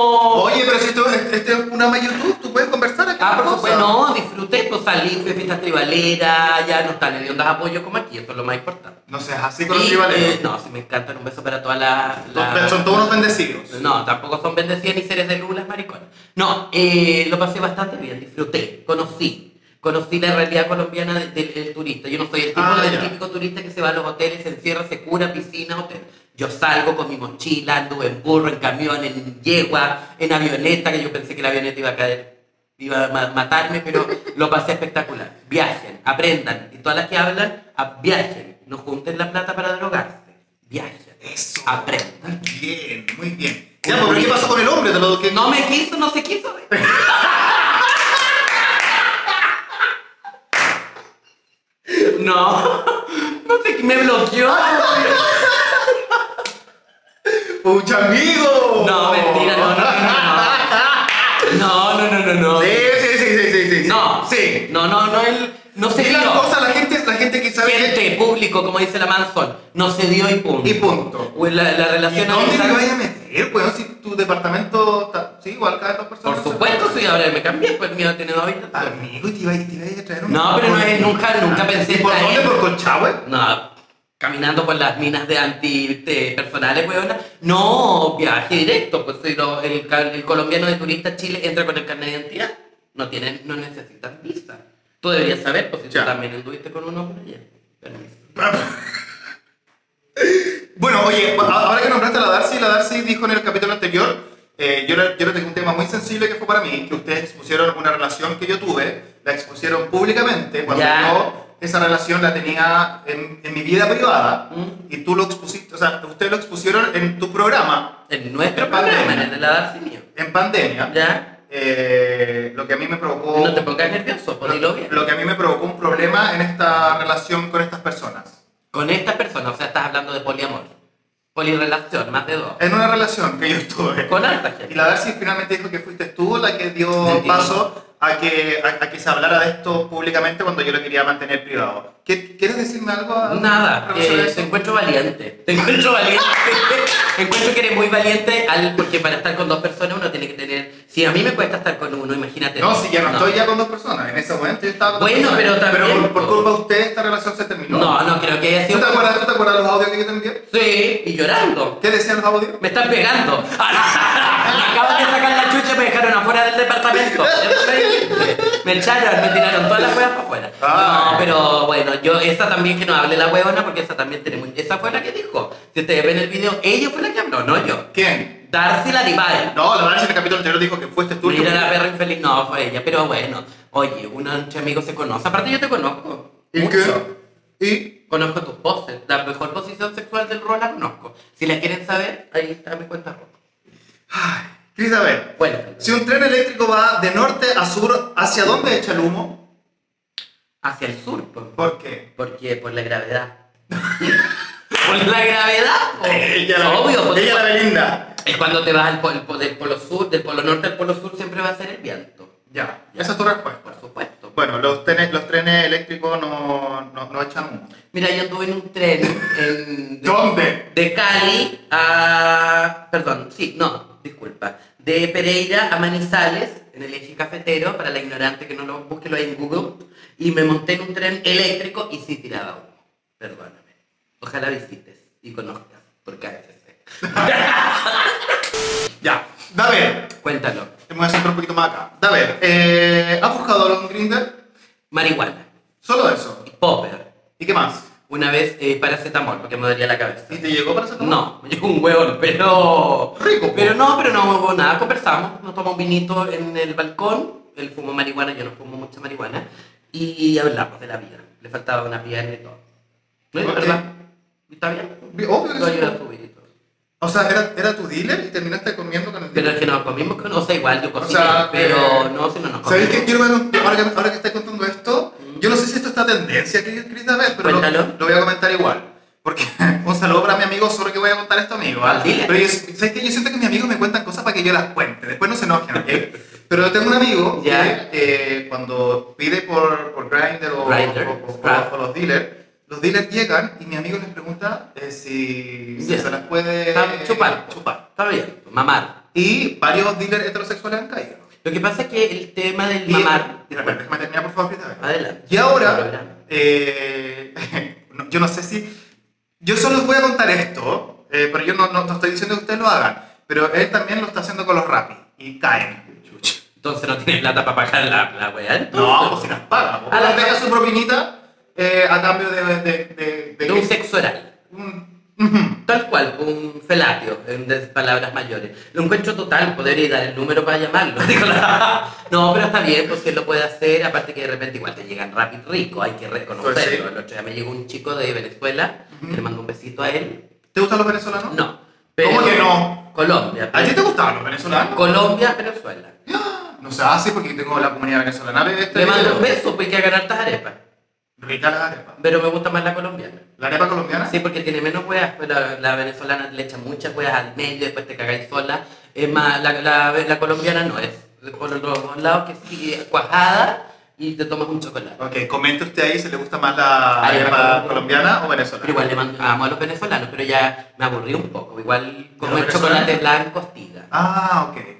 Oye, pero si esto este es una más YouTube, tú puedes conversar acá. Ah, por cosa. supuesto, no, disfruté, pues salí, fui a fiestas tribaleras, ya no están hediondas a apoyo como aquí, eso es lo más importante. No seas así con los Y, rivales. eh, no, sí, me encantan. Un beso para todas las. las- Son todos unos bendecidos. No, tampoco son bendecidas ni seres de luz las mariconas. No, eh, lo pasé bastante bien, disfruté, conocí. Conocí la realidad colombiana de- del, del turista. Yo no soy el tipo Ah, del ya. típico turista que se va a los hoteles, se encierra, se cura, piscina, hotel. Yo salgo con mi mochila, anduve en burro, en camión, en yegua, en avioneta, que yo pensé que la avioneta iba a caer, iba a ma- matarme, pero lo pasé espectacular. Viajen, aprendan. Y todas las que hablan, a- viajen. No junten la plata para drogarse. Viajen. Eso. Aprendan. Muy bien, muy bien. Ya, pero ¿qué pasó con el hombre? De lo que... No me quiso, no se quiso. [laughs] No, no sé, me bloqueó. ¡Pucha amigo! No, mentira, no, no, no, no, no, no, no, no, [laughs] Sí, sí, sí, sí, sí, sí, sí. no, Sí. no, no, no, él no se Y dio. la cosa, la gente, la gente que sabe que... Gente, público, como dice la Manson, no se dio y punto. Y punto. Pues La, la ¿Y relación dónde amistad- te vayas a meter? Bueno, si tu departamento está... Sí, igual cada dos personas. Por supuesto, sí, ahora me cambié, pues mío tiene dos habitaciones. Amigo, y te iba te iba a traer un... No, pero no es- nunca- nunca pensé Ah, ¿Y por en dónde? traer. ¿Por Colchagüe? No, caminando por las minas de anti de personales, weona. No, viaje directo. Pues si lo- el, ca- el colombiano de turista a Chile entra con el carnet de identidad. No, tienen, no necesitan visa. Tú deberías saber, pues si Ya. tú también anduviste con un hombre ayer. Permiso. Bueno, oye, a- ahora que nombraste a la Darcy, la Darcy dijo en el capítulo anterior, eh, yo, le, yo le tengo un tema muy sensible que fue para mí, que ustedes pusieron una relación que yo tuve, la expusieron públicamente cuando Ya. yo esa relación la tenía en, en mi vida privada Mm. y tú lo expusiste, o sea, ustedes lo expusieron en tu programa En nuestro Pero pandemia. programa, en el de la Darcy mío. en pandemia, Ya, eh, lo que a mí me provocó no te pongas nervioso, pues dilo bien. lo que a mí me provocó un problema en esta relación con estas personas. Con esta persona, o sea, estás hablando de poliamor. Polirrelación, más de dos. En una relación que yo estuve. Con harta Y gente. la Darcy finalmente dijo que fuiste tú la que dio Entiendo. paso a que, a, a que se hablara de esto públicamente cuando yo lo quería mantener privado. ¿Qué- ¿Quieres decirme algo? a- Nada, relación a eh, eso? te encuentro valiente. Te encuentro valiente. [laughs] encuentro que eres muy valiente al, porque para estar con dos personas uno tiene que tener. Si a mí me cuesta estar con uno, imagínate. No, dos. si ya no, estoy ya con dos personas. En ese momento yo estaba con dos Bueno, personas. pero también- por, por culpa de usted esta relación se terminó. No, no creo que haya ¿Tú sido. te acuerdas, tú te acuerdas los audios que yo te envié? Sí, y llorando. ¿Qué decían los audios? Me están pegando. [laughs] Acaban de sacar la chucha y me dejaron afuera del departamento. Terrible. Me echaron, me tiraron todas las huevas para afuera. Ah. No, pero bueno, yo, esa también que no hable la huevona porque esa también tenemos. Esa fue la que dijo. Si ustedes ven el video, ella fue la que habló, no yo. ¿Quién? Darcy la Divine. No, la Darcy en el capítulo anterior dijo que fuiste tú. el que- Mira la perra infeliz, no, fue ella, pero bueno. Oye, uno entre amigos se conoce. Aparte yo te conozco. ¿Y mucho. qué? ¿Y? Conozco tus poses. La mejor posición sexual del rol la conozco. Si la quieren saber, ahí está mi cuenta roja. Cris, a ver. Bueno. Si un tren eléctrico va de norte a sur, ¿hacia dónde echa el humo? Hacia el sur, po. ¿Por qué? Porque por la gravedad. [laughs] por la gravedad, [laughs] po. Obvio, po. Ella la Belinda. Es cuando te vas al pol- pol- del polo sur, del polo norte al polo sur siempre va a ser el viento. Ya, Ya. esa es tu respuesta. Por supuesto. Bueno, los trenes, los trenes eléctricos no, no, no echan humo. Mira, yo estuve en un tren en, de- ¿Dónde? de Cali a. Perdón, sí, no, disculpa. De Pereira a Manizales, en el eje cafetero, para la ignorante que no lo busque, lo hay en Google. Y me monté en un tren eléctrico y sí tiraba humo. Perdóname. Ojalá visites y conozcas por KFC. Ya. David, Cuéntalo. te voy a centrar un poquito más acá. David, eh, ¿has buscado algo en Grindr? Marihuana. Solo eso. Popper. ¿Y qué más? Una vez eh, paracetamol, porque me dolía la cabeza. ¿Y te llegó para hacer No, [laughs] me llegó un huevón, pero. Rico, po. Pero no, pero no hubo nada, conversamos, nos tomamos un vinito en el balcón, él fumó marihuana, yo no fumo mucha marihuana, y hablamos de la vida. Le faltaba una pierna y todo. ¿No es Ok. verdad? ¿Está bien? Obvio que No, yo sí. era tu vinito. O sea, era, era tu dealer y terminaste comiendo con el Pero dealer. es que nos comimos con. O sea, igual yo cociné, sea, pero eh, no, si no nos comimos. ¿Sabéis qué quiero ver? un- Ahora que, ahora que estás contando esto, yo no sé si esto está tendencia que escrita ver, pero lo, Cuéntalo. lo voy a comentar igual. Porque [laughs] un saludo para mi amigo, solo que voy a contar esto amigo, ¿vale? Ah, Dile. Pero yo, ¿sabes qué? Yo siento que mis amigos me cuentan cosas para que yo las cuente, después no se enojen, ¿ok? Pero yo tengo un amigo que Ya. eh, cuando pide por, por Grindr o, Grindr, Ah. o- o- o- Scrap. o los dealers, los dealers llegan y mi amigo les pregunta eh, si, si Ya. se las puede Ah, chupar. chupar. Está bien, mamar. Y varios dealers heterosexuales han caído. Lo que pasa es que el tema del Y- mamar. Mira, espera, déjame terminar, por favor, Cristabel. Adelante. Y ahora, Programa. eh, [laughs] no, yo no sé si. Yo solo les voy a contar esto, eh, pero yo no, no, no estoy diciendo que ustedes lo hagan. Pero él también lo está haciendo con los rapis y caen. Entonces no tiene plata para pagar la, la weá. No, entonces. pues si las paga. A la- Pues, deja su propinita eh, a cambio de. de, de, de- De un sexo oral. un- ujú. Tal cual, un felatio, en des- palabras mayores. Lo encuentro total, podría dar el número para llamarlo. [laughs] Digo, no, pero está bien, pues si él lo puede hacer, aparte que de repente igual te llegan rápido rico, hay que reconocerlo. Pues sí. El otro día me llegó un chico de Venezuela, Ujú. le mando un besito a él. ¿Te gustan los venezolanos? No. ¿Cómo que no? Colombia. ¿A ti te pero- gustaban los venezolanos? ¡Ah! Colombia, Venezuela. No se hace porque tengo la comunidad venezolana. ve este Le mando un video. beso, pues que hagan hartas arepas. Rica la arepa. Pero me gusta más la colombiana. ¿La arepa colombiana? Sí, porque tiene menos hueas, pero la, la venezolana le echa muchas hueas al medio, después te cagáis sola. Es más, la, la, la colombiana no es. Por los dos lados que sí, es cuajada y te tomas un chocolate. Ok, comente usted ahí si le gusta más la Arepa arepa colombiana. colombiana o venezolana. Pero Ah, igual le mando, amo a los venezolanos, pero ya me aburrí un poco. Igual comer los chocolate blanco hostiga. Ah, ok.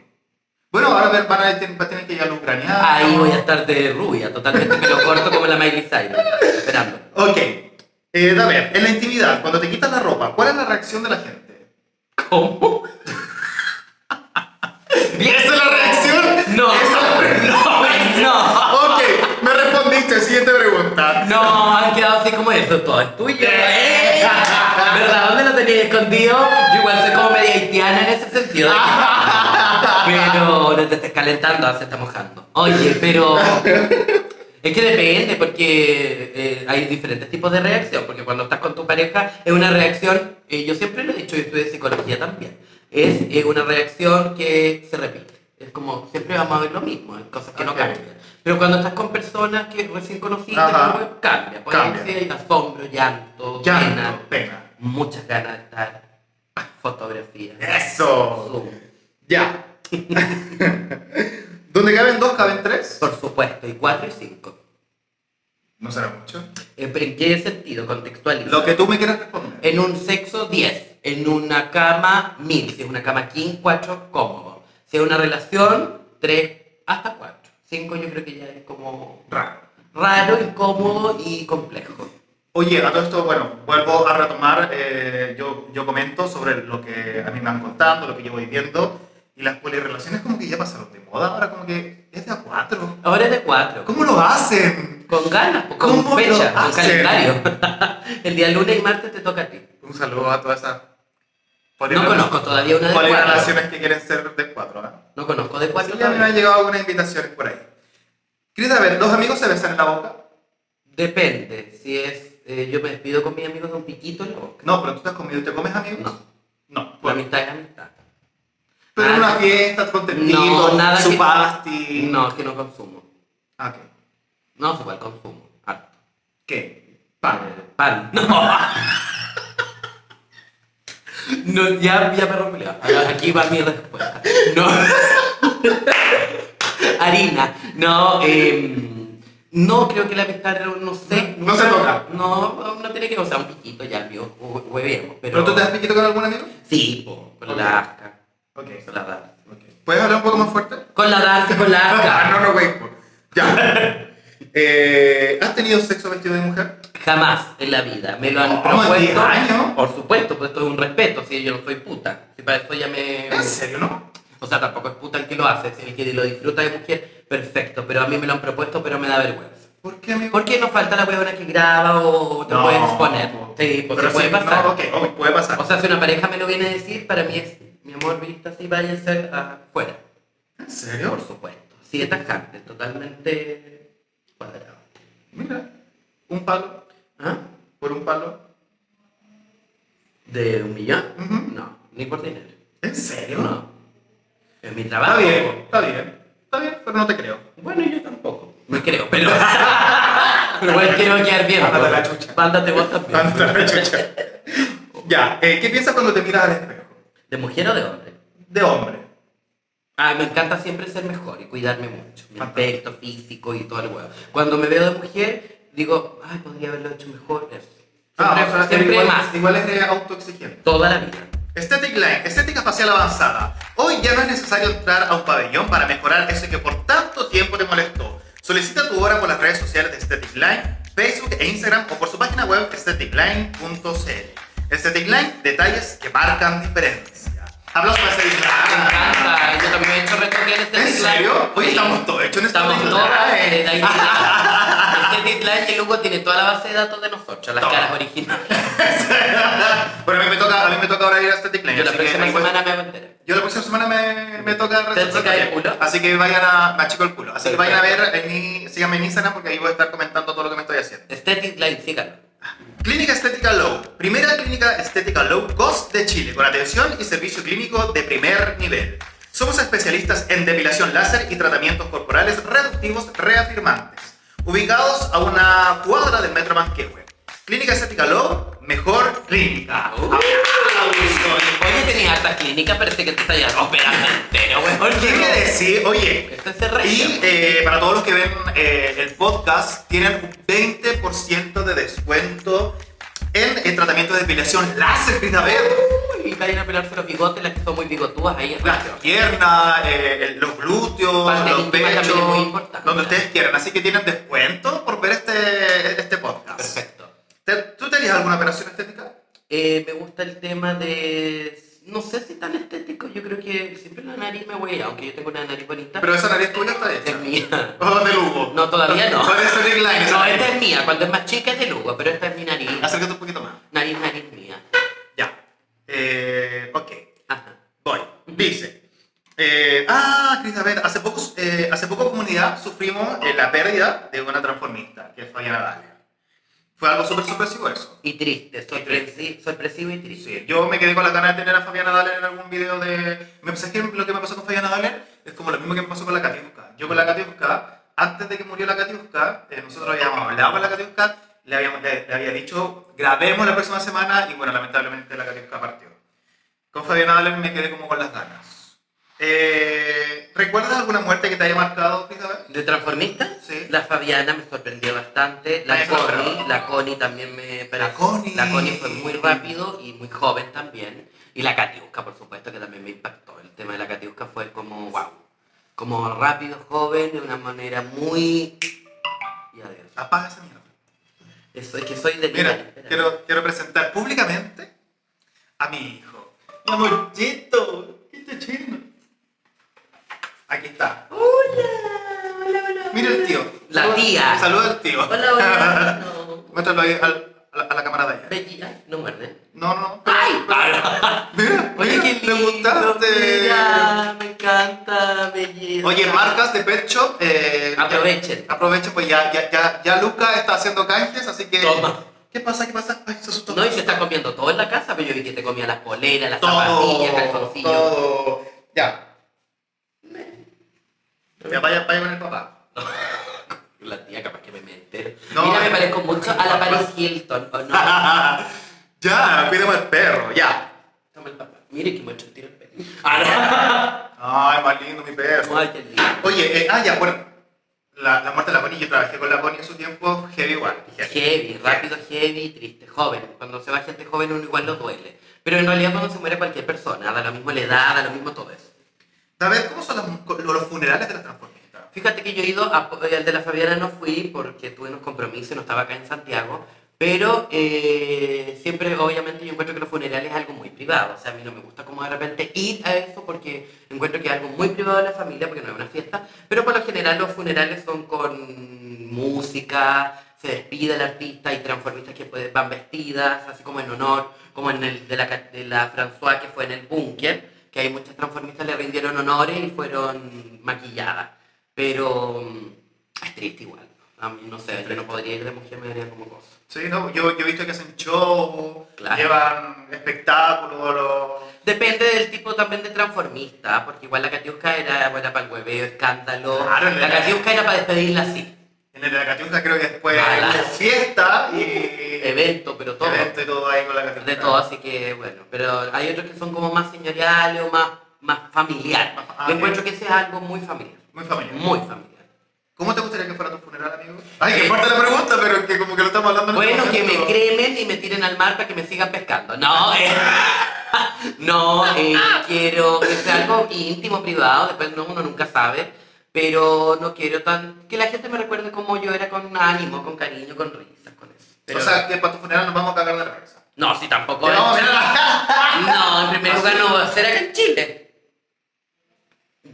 Bueno, ahora ver- van a, ten- va a tener que ir a los ucranianos. Ahí voy a estar de rubia, totalmente me lo corto como la Miley Cyrus. Esperando. Ok. Eh, a ver, en la intimidad, cuando te quitas la ropa, ¿cuál es la reacción de la gente? ¿Cómo? ¿Esa es la reacción? No, Esa es la reacción. no, no. Ok, me respondiste. Siguiente pregunta. No, han quedado así como eso, todo es tuyo. Eh. ¿eh? ¿Verdad? ¿Dónde lo tenía escondido? Yo igual soy como media haitiana en ese sentido. ah, Pero no te estés calentando, ahora se está mojando. Oye, pero Es que depende, porque eh, hay diferentes tipos de reacción. Porque cuando estás con tu pareja, es una reacción, eh, yo siempre lo he dicho, yo estudié psicología también, es eh, una reacción que se repite. Es como, siempre vamos a ver lo mismo, hay cosas que no Ok. cambian. Pero cuando estás con personas que recién conociste, Ajá. como, cambia. Puede Cambia. ser asombro, llanto, pena, Llanto, pena. muchas ganas de estar, Ah, fotografía, Eso. zoom. Ya. [laughs] Donde caben dos, caben tres. Por supuesto, y 4 y 5. No será mucho. ¿En qué sentido? Contextualiza. Lo que tú me quieras responder. En un sexo, 10. En una cama, 1000. Si es una cama king, 4 cómodo. Si es una relación, 3 hasta 4. 5 yo creo que ya es como Raro. raro, incómodo y complejo. Oye, a todo esto, bueno, vuelvo a retomar, eh, yo, yo comento sobre lo que a mí me han contado, lo que yo voy viendo, y las polirrelaciones como que ya pasaron de moda, ahora como que es de a cuatro. Ahora es de 4. ¿Cómo lo hacen? Con ganas, po, con ¿Cómo fecha, lo con hacen? calendario. [laughs] El día lunes y martes te toca a ti. Un saludo a todas esas No conozco todavía una de cuatro. polirrelaciones que quieren ser de cuatro. ¿ah? No conozco de cuatro Sí, a mí me todavía. han llegado algunas invitaciones por ahí. Querida, a ver, ¿los amigos se besan en la boca? Depende. Si es, eh, yo me despido con mis amigos de un piquito, no. No, pero tú te has comido, ¿te comes amigos? No. No, La bueno, amistad es amistad. pero en Ah. una fiesta, contentito, No, nada que- supasti. No, es que no consumo. Ah, ok. No, es igual consumo. Harto. ¿Qué? Pan. Eh, Pan. No. [laughs] No, ya, ya me rompí. Aquí va mi respuesta. No. [laughs] Harina. No, em, no creo que la amistad, no, no sé. No se toca. No, no tiene que, o sea, un piquito ya, yo hue- hueveamos. Pero, ¿Pero tú te has piquito con algún amigo? Sí, po, con Ok. la asca. Ok. Con la asca. ¿Puedes hablar un poco más fuerte? Ah, Con la asca, con la asca. [laughs] no, güey. pues, [laughs] Ya. Eh, ¿Has tenido sexo vestido de mujer? Jamás en la vida. Me lo han ¿Cómo, en diez propuesto. años? Por supuesto, pues esto es un respeto, si yo no soy puta. Si para eso ya me. ¿En serio, no? O sea, tampoco es puta el que lo hace, si el que lo disfruta de mujer, perfecto. Pero a mí me lo han propuesto, pero me da vergüenza. ¿Por qué, amigo? ¿Por qué no falta la huevona que graba o te puede exponer? Sí, pues Pero se puede sí, pasar. No, ok, ok, puede pasar. O sea, si una pareja me lo viene a decir, para mí es, mi amor, vista así, váyanse afuera. ¿En Por serio? supuesto. Sí, es tajante, totalmente cuadrado. Mira, un palo ¿Ah? por un palo. ¿De un millón? Ujú. No, ni por dinero. ¿En serio? No. Es mi Está trabajo. bien, está bien. Está bien, pero no te creo. Bueno, yo tampoco. No creo, pero. [laughs] pero igual quiero quedar bien. Ándate la chucha. Mándate vos también. Tanta chucha. Ya, eh, ¿qué piensas cuando te miras al espejo? ¿De mujer o de hombre? De hombre. Ah, me encanta siempre ser mejor y cuidarme mucho. Mi Fantástico. aspecto físico y todo el huevo. Cuando me veo de mujer, digo, ay, podría haberlo hecho mejor. Eso. Siempre, Ah, o sea, siempre igual, más. Igual es de autoexigente. Toda la vida. Aesthetic Line, estética facial avanzada. Hoy ya no es necesario entrar a un pabellón para mejorar eso que por tanto tiempo te molestó. Solicita tu hora por las redes sociales de Aesthetic Line, Facebook e Instagram o por su página web aestheticline.cl. Aesthetic Line, detalles que marcan diferencia. Aplausos para Aesthetic Me Line. encanta. Yo también he hecho retoques en este ¿En serio? Hoy estamos todos hechos en Estamos Aesthetic todas eh, Line. en la identidad. [laughs] Este titular que Lugo tiene toda la base de datos de nosotros, las Toma. caras originales. Ah, Bueno, a mí me toca, a mí me toca ahora ir a Aesthetic Line. Yo la así que próxima ahí voy- semana me voy a enterar. Yo la próxima semana me, me toca ¿Te resolver chica el también. culo? Así que vayan a. Me achico el culo. Así que vayan a Perfecto. ver, en mi- síganme en Instagram porque ahí voy a estar comentando todo lo que me estoy haciendo. Aesthetic Line, Este síganlo. Clínica Estética Low. Primera clínica estética low cost de Chile, con atención y servicio clínico de primer nivel. Somos especialistas en depilación láser y tratamientos corporales reductivos reafirmantes, ubicados a una cuadra del Metro Manquehue. Clínica Estética Low, mejor clínica. Uh. Aplausos. Oye, tenías hartas clínicas, parece este que te estás operando entero, weón. ¿Qué quiere decir? Oye, Este se reía. Y eh, para todos los que ven eh, el podcast, tienen un 20% de descuento en el tratamiento de depilación láser, Pinabel. Uy, vayan a pelarse los bigotes, las que son muy bigotudas ahí en Las piernas, eh, el- los glúteos, Parte los íntima también es muy pechos, importante. donde ustedes quieran. Así que tienen descuento por ver este, este podcast. Perfecto. ¿Te- ¿Tú tenías alguna operación estética? Eh, me gusta el tema de. No sé si tan estético, yo creo que siempre la nariz me huella, aunque yo tengo una nariz bonita. Pero esa nariz tuya está es hecha. mía. ¿O de Lugo? No, todavía no. ¿Cuál es el neckline? No, esta es mía. Cuando es más chica es de Lugo, pero esta es mi nariz. Acércate un poquito más. Nariz, nariz mía. Ya. Eh, ok. Ajá. Voy. Dice. eh, ah, Cris, a ver, hace poco, eh, hace poco comunidad comunidad sufrimos eh, la pérdida de una transformista, que es Fabiana Dalia. Fue algo súper sorpresivo eso. Y triste, sorpresi- sorpresivo y triste. Sí, yo me quedé con la ganas de tener a Fabiana Dalia en algún video de... Me pensé que lo que me pasó con Fabiana Dalia es como lo mismo que me pasó con la Katiuska. Yo con la Katiuska, antes de que murió la Katiuska, eh, nosotros habíamos hablado con la Katiuska, le, habíamos, le, le había dicho, grabemos la próxima semana, y bueno, lamentablemente la Katiuska partió. Con Fabiana Dalia me quedé como con las ganas. Eh, ¿Recuerdas alguna muerte que te haya marcado, Cristabel? ¿De transformista? Sí. La Fabiana me sorprendió bastante. La Ay, Connie, claro. la Connie también me pareció. Connie. La Connie fue muy rápido y muy joven también. Y la Catiusca, por supuesto, que también me impactó. El tema de la Catiusca fue como, wow. Como rápido, joven, de una manera muy. Y adiós. Apaga esa mierda. Eso es que soy de Linares, Mira, espérame. quiero, quiero presentar públicamente a mi hijo. Mi amorcito, qué este está chino. Aquí está. Hola, hola, hola. Mira el tío. La Saluda- tía. Saluda al tío. [laughs] Hola, hola. No. Muéstralo ahí al- a, la, a la cámara de allá. Bellita, no muerde. No, no. ¡Ay! para. Mira, Oye, mira, qué le lindo, gustaste. mira, me encanta, belleza. Oye, marcas de Pet Shop. eh, Aprovechen. Aprovechen, pues ya, ya, ya, ya Luca está haciendo canjes, así que. Toma. ¿Qué pasa? ¿Qué pasa? Ay, se asustó. No, y se está comiendo todo en la casa, pero yo vi que te comía las poleras, las zapatillas, todo, calzoncillos. todo. Ya. Ya vaya, vaya con el papá. La tía capaz que me mente. No, Mira, me eh. parezco mucho a la Paris Hilton, [laughs] ¿o no? ya, cuidemos al perro, ya. Toma el papá. Mire que mucho tiro el pelo. Ah, Ay, más lindo mi no. perro. [laughs] Ay, qué lindo. Oye, eh, ah, ya, bueno. La, la muerte de la Bonnie, yo trabajé con la Bonnie en su tiempo, heavy igual. Heavy, rápido, heavy, triste, joven. Cuando se va gente joven uno igual lo duele. Pero en realidad cuando se muere cualquier persona, da lo mismo la edad, da lo mismo todo eso. A ver, ¿cómo son las- los, los funerales de las transformistas? Fíjate que yo he ido, a- eh, al de la Fabiana no fui porque tuve unos compromisos, no estaba acá en Santiago, pero eh, siempre, obviamente, yo encuentro que los funerales es algo muy privado, o sea, a mí no me gusta como de repente ir a eso porque encuentro que es algo muy privado de la familia, porque no es una fiesta, pero por lo general los funerales son con música, se despide el artista, hay transformistas que pueden- van vestidas, así como en honor, como en el de la, ca- de la François que fue en el búnker, que hay muchas transformistas le rindieron honores y fueron maquilladas. Pero mm, es triste igual. A mí no sé, yo no podría ir de mujer, me daría como cosa. Sí, no, yo, yo he visto que hacen show, Claro. llevan espectáculos, los- Depende del tipo también de transformista, porque igual la Catiusca era buena para el hueveo, escándalo. Claro, la la- Catiusca era para despedirla así. en el de la Catiusca creo que después Ah, la- hubo fiesta y... Evento, pero todo. evento y todo ahí con la Catiusca. De todo, así que bueno. Pero hay otros que son como más señoriales o más, más familiar. Más familiar. Yo encuentro que ese es algo muy familiar. Muy familiar. Muy familiar. ¿Cómo te gustaría que fuera tu funeral, amigo? Ay, que fuerte la pregunta, pero que como que lo estamos hablando en Eh, Bueno, este que me momento. cremen y me tiren al mar para que me sigan pescando. No, eh, [laughs] no, eh, quiero que sea algo íntimo, privado, después no, uno nunca sabe, pero no quiero tan... Que la gente me recuerde como yo era con ánimo, con cariño, con risas, con eso. Pero- O sea, que para tu funeral nos vamos a cagar de la cabeza. no, si tampoco... Que es- vamos a mirar la- No, en primer lugar no va a ser acá en Chile.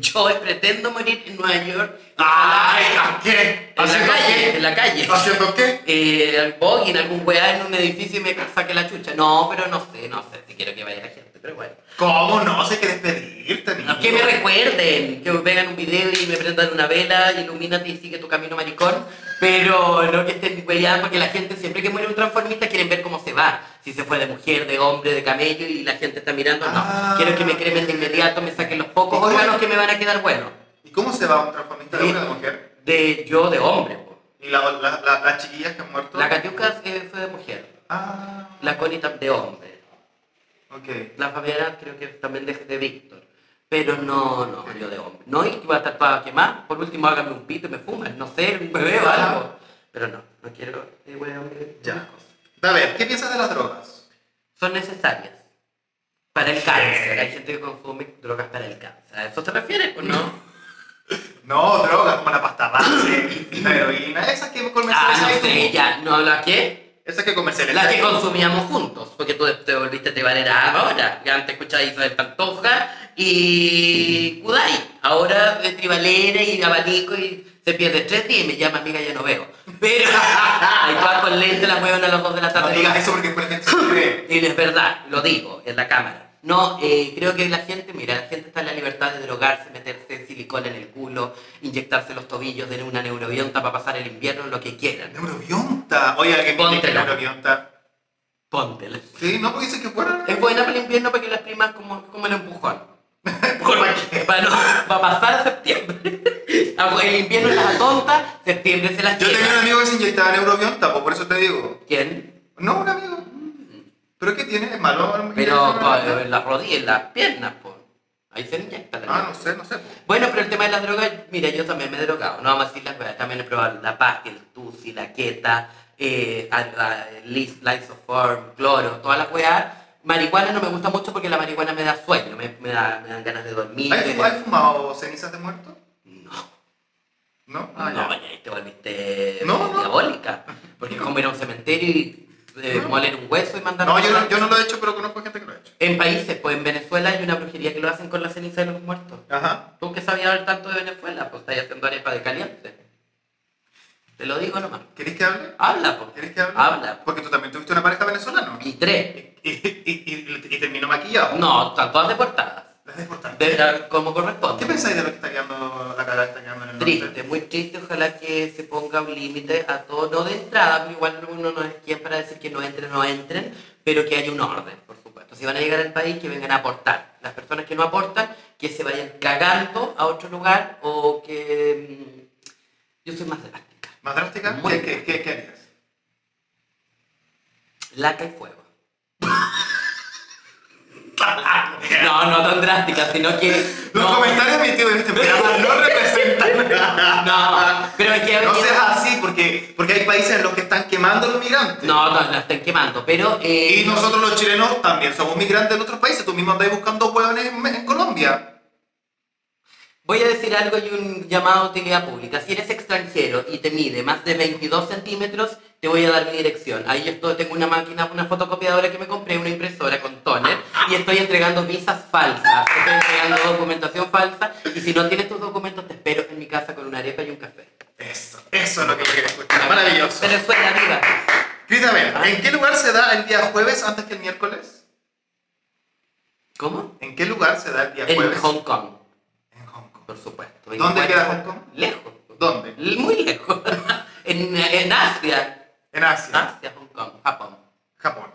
Yo pretendo morir en Nueva York. [laughs] ¡Ay, ¿a qué? En la ¿Haciendo calle, qué? en la calle. ¿Haciendo qué? eh, al bogey, en algún weá en un edificio y me saque la chucha. No, pero no sé, no sé si quiero que vaya la gente, pero bueno. ¿Cómo no? Se quiere despedirte, amigo. Que me recuerden, que me vean un video y me prendan una vela, ilumínate y sigue tu camino maricón, pero no que estén weyando porque la gente siempre que muere un transformista quieren ver cómo se va, si se fue de mujer, de hombre, de camello y la gente está mirando, no, Ah. quiero que me cremen de inmediato, me saquen los pocos Oye. órganos que me van a quedar buenos, ¿Y cómo se va un transformista de Sí. una de mujer? de yo de hombre, po. ¿Y la- la- la- las chiquillas que han muerto? la Catiuca eh, fue de mujer, Ah, la Conita de hombre. ok. La Fabiana creo que también de, de Víctor. Pero no, no, yo de hombre. No, y que va a estar toda quemada. Por último, hágame un pito y me fuman. No sé, un bebé o algo. Pero no, no quiero. eh, weón, eh, Ya. cosas. A ver, ¿qué piensas de las drogas? Son necesarias. Para el cáncer. Hay gente que consume drogas para el cáncer. ¿A eso te refieres o no? No, drogas como la pasta [laughs] base, la heroína, esas que Ah, comercializan. no sé, ya. ¿No la qué? Esas que comercializan. La que consumíamos juntos. Porque tú te volviste tebalera ahora. Ya antes escuchabas Isabel Pantoja y Kudai. Ahora de tribalera y abanico y se pierde tres días y me llama amiga ya no veo. Pero [laughs] ahí todas con lente las mueven a las dos de la No tarde. digas eso porque después la gente se [laughs] cree. Y es verdad, lo digo en la cámara. No, eh, creo que la gente, mira, la gente está en la libertad de drogarse, meterse alcohol en el culo, inyectarse los tobillos de una neurobionta para pasar el invierno, lo que quieran. Neurobionta. Oye, alguien que tiene Póntela. neurobionta. Póntela. Sí, no, porque dice que fuera. Es buena para el invierno para que las primas como, como el empujón. [laughs] ¿Para qué? Para, no- para pasar a septiembre. [laughs] Ah, El invierno las atonta, septiembre se las Yo tenía un lleva. amigo que se inyectaba neurobionta, pues por eso te digo. ¿Quién? No, un amigo. ¿Pero qué tiene? ¿Es malo? Pero pa- en las rodillas, en las piernas, pues. Ahí se inyecta la Ah, no sé, no sé. Bueno, pero el tema de las drogas, mira, yo también me he drogado, no vamos a decir las cosas, también he probado la pasta, el tusi, la queta, eh, a- a- lis- lysoform, cloro, todas las weas. Marihuana no me gusta mucho porque la marihuana me da sueño, me, me da- me dan ganas de dormir. ¿Has fu- has fumado cenizas de muerto? No. No, no, Ah, ya. Ah, ya ahí te volviste No, no. diabólica. Porque es como ir a un cementerio y eh, No. moler un hueso y mandar No, yo no, yo no lo he hecho, pero conozco gente que lo ha hecho. En países, pues en Venezuela hay una brujería que lo hacen con la ceniza de los muertos. Ajá. Tú que sabías hablar tanto de Venezuela, pues estás haciendo arepa de caliente. Te lo digo nomás. ¿Querés que hable? Habla, pues. ¿Querés que hable? Habla. Porque tú también tuviste una pareja venezolana. Y tres. Y, y, y- y terminó maquillado. No, están todas deportadas. Es importante. De, a- como ¿Qué corresponde. pensáis de lo que está quedando, la cagada que está quedando en el norte? Triste, muy triste. Ojalá que se ponga un límite a todo. No de entrada, pero igual uno no es quien para decir que no entren, no entren. Pero que haya un orden, por supuesto. Si van a llegar al país, que vengan a aportar. Las personas que no aportan, que se vayan cagando a otro lugar o que. mm, Yo soy más drástica. ¿Más drástica? Muy ¿Qué, qué, qué, qué harías? Laca y [laughs] fuego. No, no tan drástica, sino que. Los no, comentarios emitidos en este programa no representan nada. [laughs] no, pero es que. No seas así, porque, porque hay países en los que están quemando a los migrantes. no, no, la están quemando, pero. eh, Y nosotros los chilenos también somos migrantes en otros países. Tú mismo andáis buscando hueones en, en Colombia. Voy a decir algo y un llamado a utilidad pública. Si eres extranjero y te mide más de 22 centímetros, te voy a dar mi dirección. Ahí yo estoy- tengo una máquina, una fotocopiadora que me compré, una impresora con toner, y estoy entregando visas falsas, estoy entregando documentación falsa, y si no tienes tus documentos, te espero en mi casa con una arepa y un café. Eso, eso es lo que yo quería Ah, escuchar. Maravilloso. Venezuela, viva. Grítame, Ah. ¿en qué lugar se da el día jueves antes que el miércoles? ¿Cómo? ¿En qué lugar se da el día En jueves? Hong Kong, En Hong Kong. por supuesto. ¿Dónde 24. queda Hong Kong? Lejos. ¿Dónde? L- Muy lejos. [laughs] en, en Asia. En Asia. Asia, Hong Kong, Japón. Japón.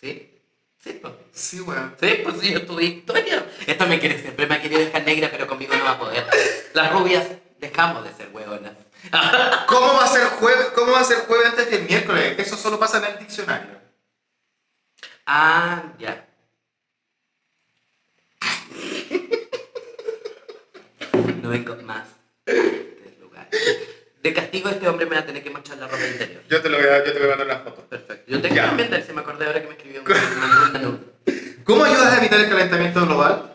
¿Sí? Sí, pues. Sí, weón. Sí, pues sí, yo tuve historia. Esto me quiere, siempre me ha querido dejar negra, pero conmigo no va a poder. Las rubias dejamos de ser hueonas. ¿Cómo va a ser jueves? ¿Cómo va a ser jueves antes que el miércoles? Eso solo pasa en el diccionario. Ah, ya. No vengo más de este lugar. De castigo este hombre me va a tener que mostrar la ropa interior. Yo te lo voy a, yo te voy a mandar una foto. Perfecto. Yo tengo Ya. también de él, se me acordé ahora que me escribió un me mandó una nube. ¿Cómo ayudas a evitar el calentamiento global?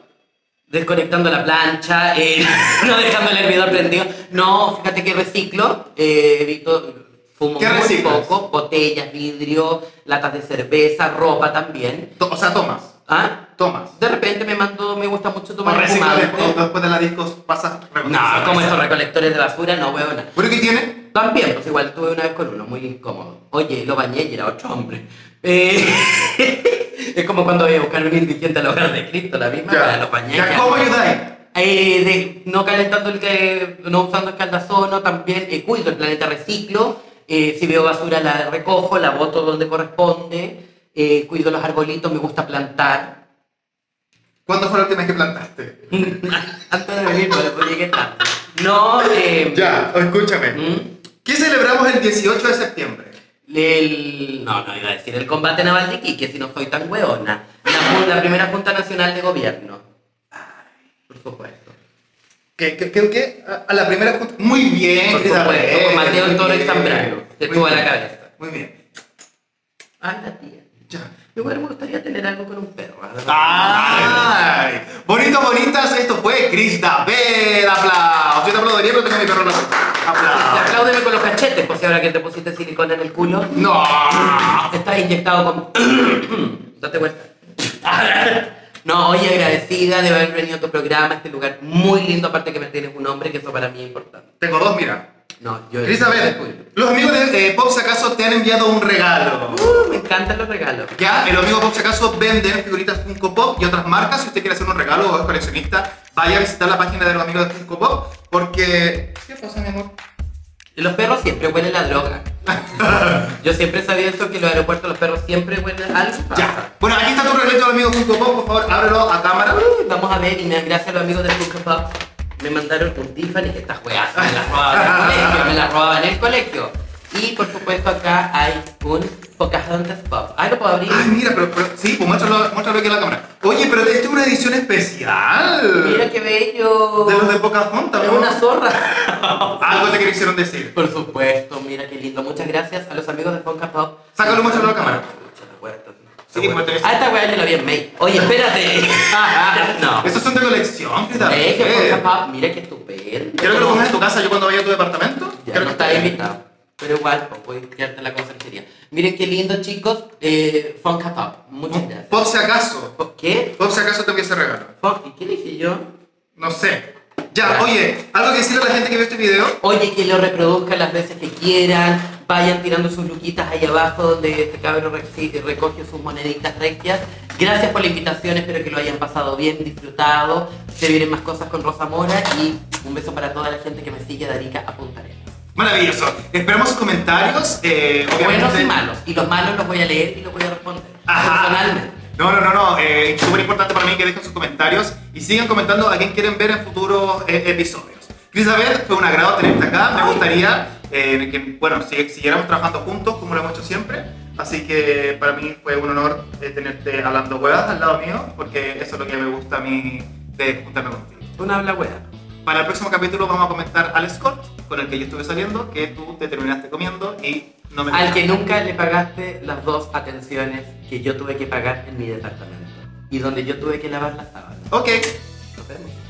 Desconectando la plancha, eh, [laughs] no dejando el hervidor prendido. No, fíjate que reciclo, eh, evito, fumo ¿Qué muy reciclas? poco, botellas, vidrio, latas de cerveza, ropa también. To- o sea, tomas. ¿Ah? Tomas. De repente me mandó, me gusta mucho O tomar reciclas espumante. después, o después de la disco pasas. No, como esos recolectores de basura, no, huevona. ¿Pero qué tiene? También, pues igual tuve una vez con uno muy incómodo. Oye, lo bañé y era otro hombre. Eh, [laughs] es como cuando voy a buscar un indigente al hogar de Cristo, la misma, para lo bañé. Ya, ya. ¿Cómo ayudáis? Eh, de- no calentando el que no usando escaldazono, también eh, cuido el planeta reciclo, eh, si veo basura la recojo, la boto donde corresponde, eh, cuido los arbolitos, me gusta plantar. ¿Cuándo fue la última vez que plantaste? Antes de venir, por eso llegué tarde. No, eh, [laughs] Ya, escúchame. ¿Mm? ¿Qué celebramos el 18 de septiembre? El, no, no iba a decir el combate naval de Iquique, si no soy tan hueona. La, ju- la primera Junta Nacional de Gobierno. Por supuesto. ¿Qué, qué, qué, qué? A a la primera junta. Muy bien, Por Grita supuesto, Reyes, con Mateo muy Toro y bien. Zambrano, que Muy estuvo a la bien, cabeza. Muy bien. Ah, la tía. Ya. Yo igual me gustaría tener algo con un perro. la verdad. ¡Ay! Bonito, bonitas, esto fue Chris David. Aplausos. Yo te aplaudiría, pero tengo mi perro en la boca. Te Aplausos. Apláudeme con los cachetes, pues si ahora que te pusiste silicona en el culo, No. estás inyectado con... [coughs] Date vuelta. No, oye, agradecida de haber venido a tu programa, este lugar muy lindo, aparte que me tienes un hombre, que eso para mí es importante. Tengo dos, mira. No, yo. Quería saber, ¿los amigos de eh, Pops acaso te han enviado un regalo? Uh, me encantan los regalos. Ya, el amigo Pop, si acaso, venden figuritas Funko Pop y otras marcas. Si usted quiere hacer un regalo o es coleccionista, vaya a visitar la página de los amigos de Funko Pop porque... ¿Qué pasa, mi amor? Los perros siempre huelen la [laughs] droga. Yo siempre sabía eso que en los aeropuertos los perros siempre huelen algo. Ya. Bueno, aquí está tu regalito del amigo Funko Pop. Por favor, ábrelo a cámara. Uy, Vamos a ver y me, gracias a los amigos de Funko Pop me mandaron un Tiffany que estas weas me las robaban en [laughs] el colegio, me las robaban en el colegio. Y por supuesto acá hay un Pocahontas Pop. Ay, lo puedo abrir. Ay, mira, pero... pero- sí, pues muéstralo, muéstralo aquí en la cámara. Oye, pero esta es una edición especial. Mira qué bello. De los de Pocahontas, Es ¿no? una [laughs] zorra. Algo te quisieron decir. Por supuesto, mira qué lindo. Muchas gracias a los amigos de Funko Pop. Sácalo, muéstralo a la cámara. Pucha, la wea está- Sí, ¿eh? muéstralo. Ah, esta weá yo la vi en May. Oye, [laughs] espérate. [laughs] no. Esos son de colección, Frida. Eh, que Eh, Funko Pop, mira qué estupendo. Quiero que lo pongas en tu casa yo cuando vaya a tu departamento. Ya Quiero no que- está invitado. Pero igual, pues, puedes quedarte en la conserjería. Miren qué lindo, chicos. Eh, Funko Pop. Muchas gracias. Pop si acaso. ¿Por ¿Qué? Pop si acaso te envía ese regalo. Fuck, ¿y ¿Qué dije yo? No sé. Ya, oye, algo que decirle a la gente que vio este video. Oye, que lo reproduzcan las veces que quieran. Vayan tirando sus luquitas ahí abajo donde este cabrón reci- recoge sus moneditas regias. Gracias por la invitación, espero que lo hayan pasado bien, disfrutado. Se vienen más cosas con Rosa Mora y un beso para toda la gente que me sigue de Arica a Punta Arenas. Maravilloso. Esperamos sus comentarios. eh, obviamente- Buenos y malos. Y los malos los voy a leer y los voy a responder. Ajá. Personalmente. No, no, no, no. eh, es súper importante para mí que dejen sus comentarios y sigan comentando a quién quieren ver en futuros eh, episodios. Crisabel, fue un agrado tenerte acá. Me gustaría eh, que, bueno, si- siguiéramos trabajando juntos como lo hemos hecho siempre. Así que para mí fue un honor eh, tenerte hablando huevas al lado mío, porque eso es lo que me gusta a mí de juntarme contigo. Una habla wea. Para el próximo capítulo vamos a comentar al Scott, con el que yo estuve saliendo, que tú te terminaste comiendo y no me... Al que nunca le pagaste las dos atenciones Oh. que yo tuve que pagar en mi departamento. Y donde yo tuve que lavar las sábanas. Ok, Nos vemos.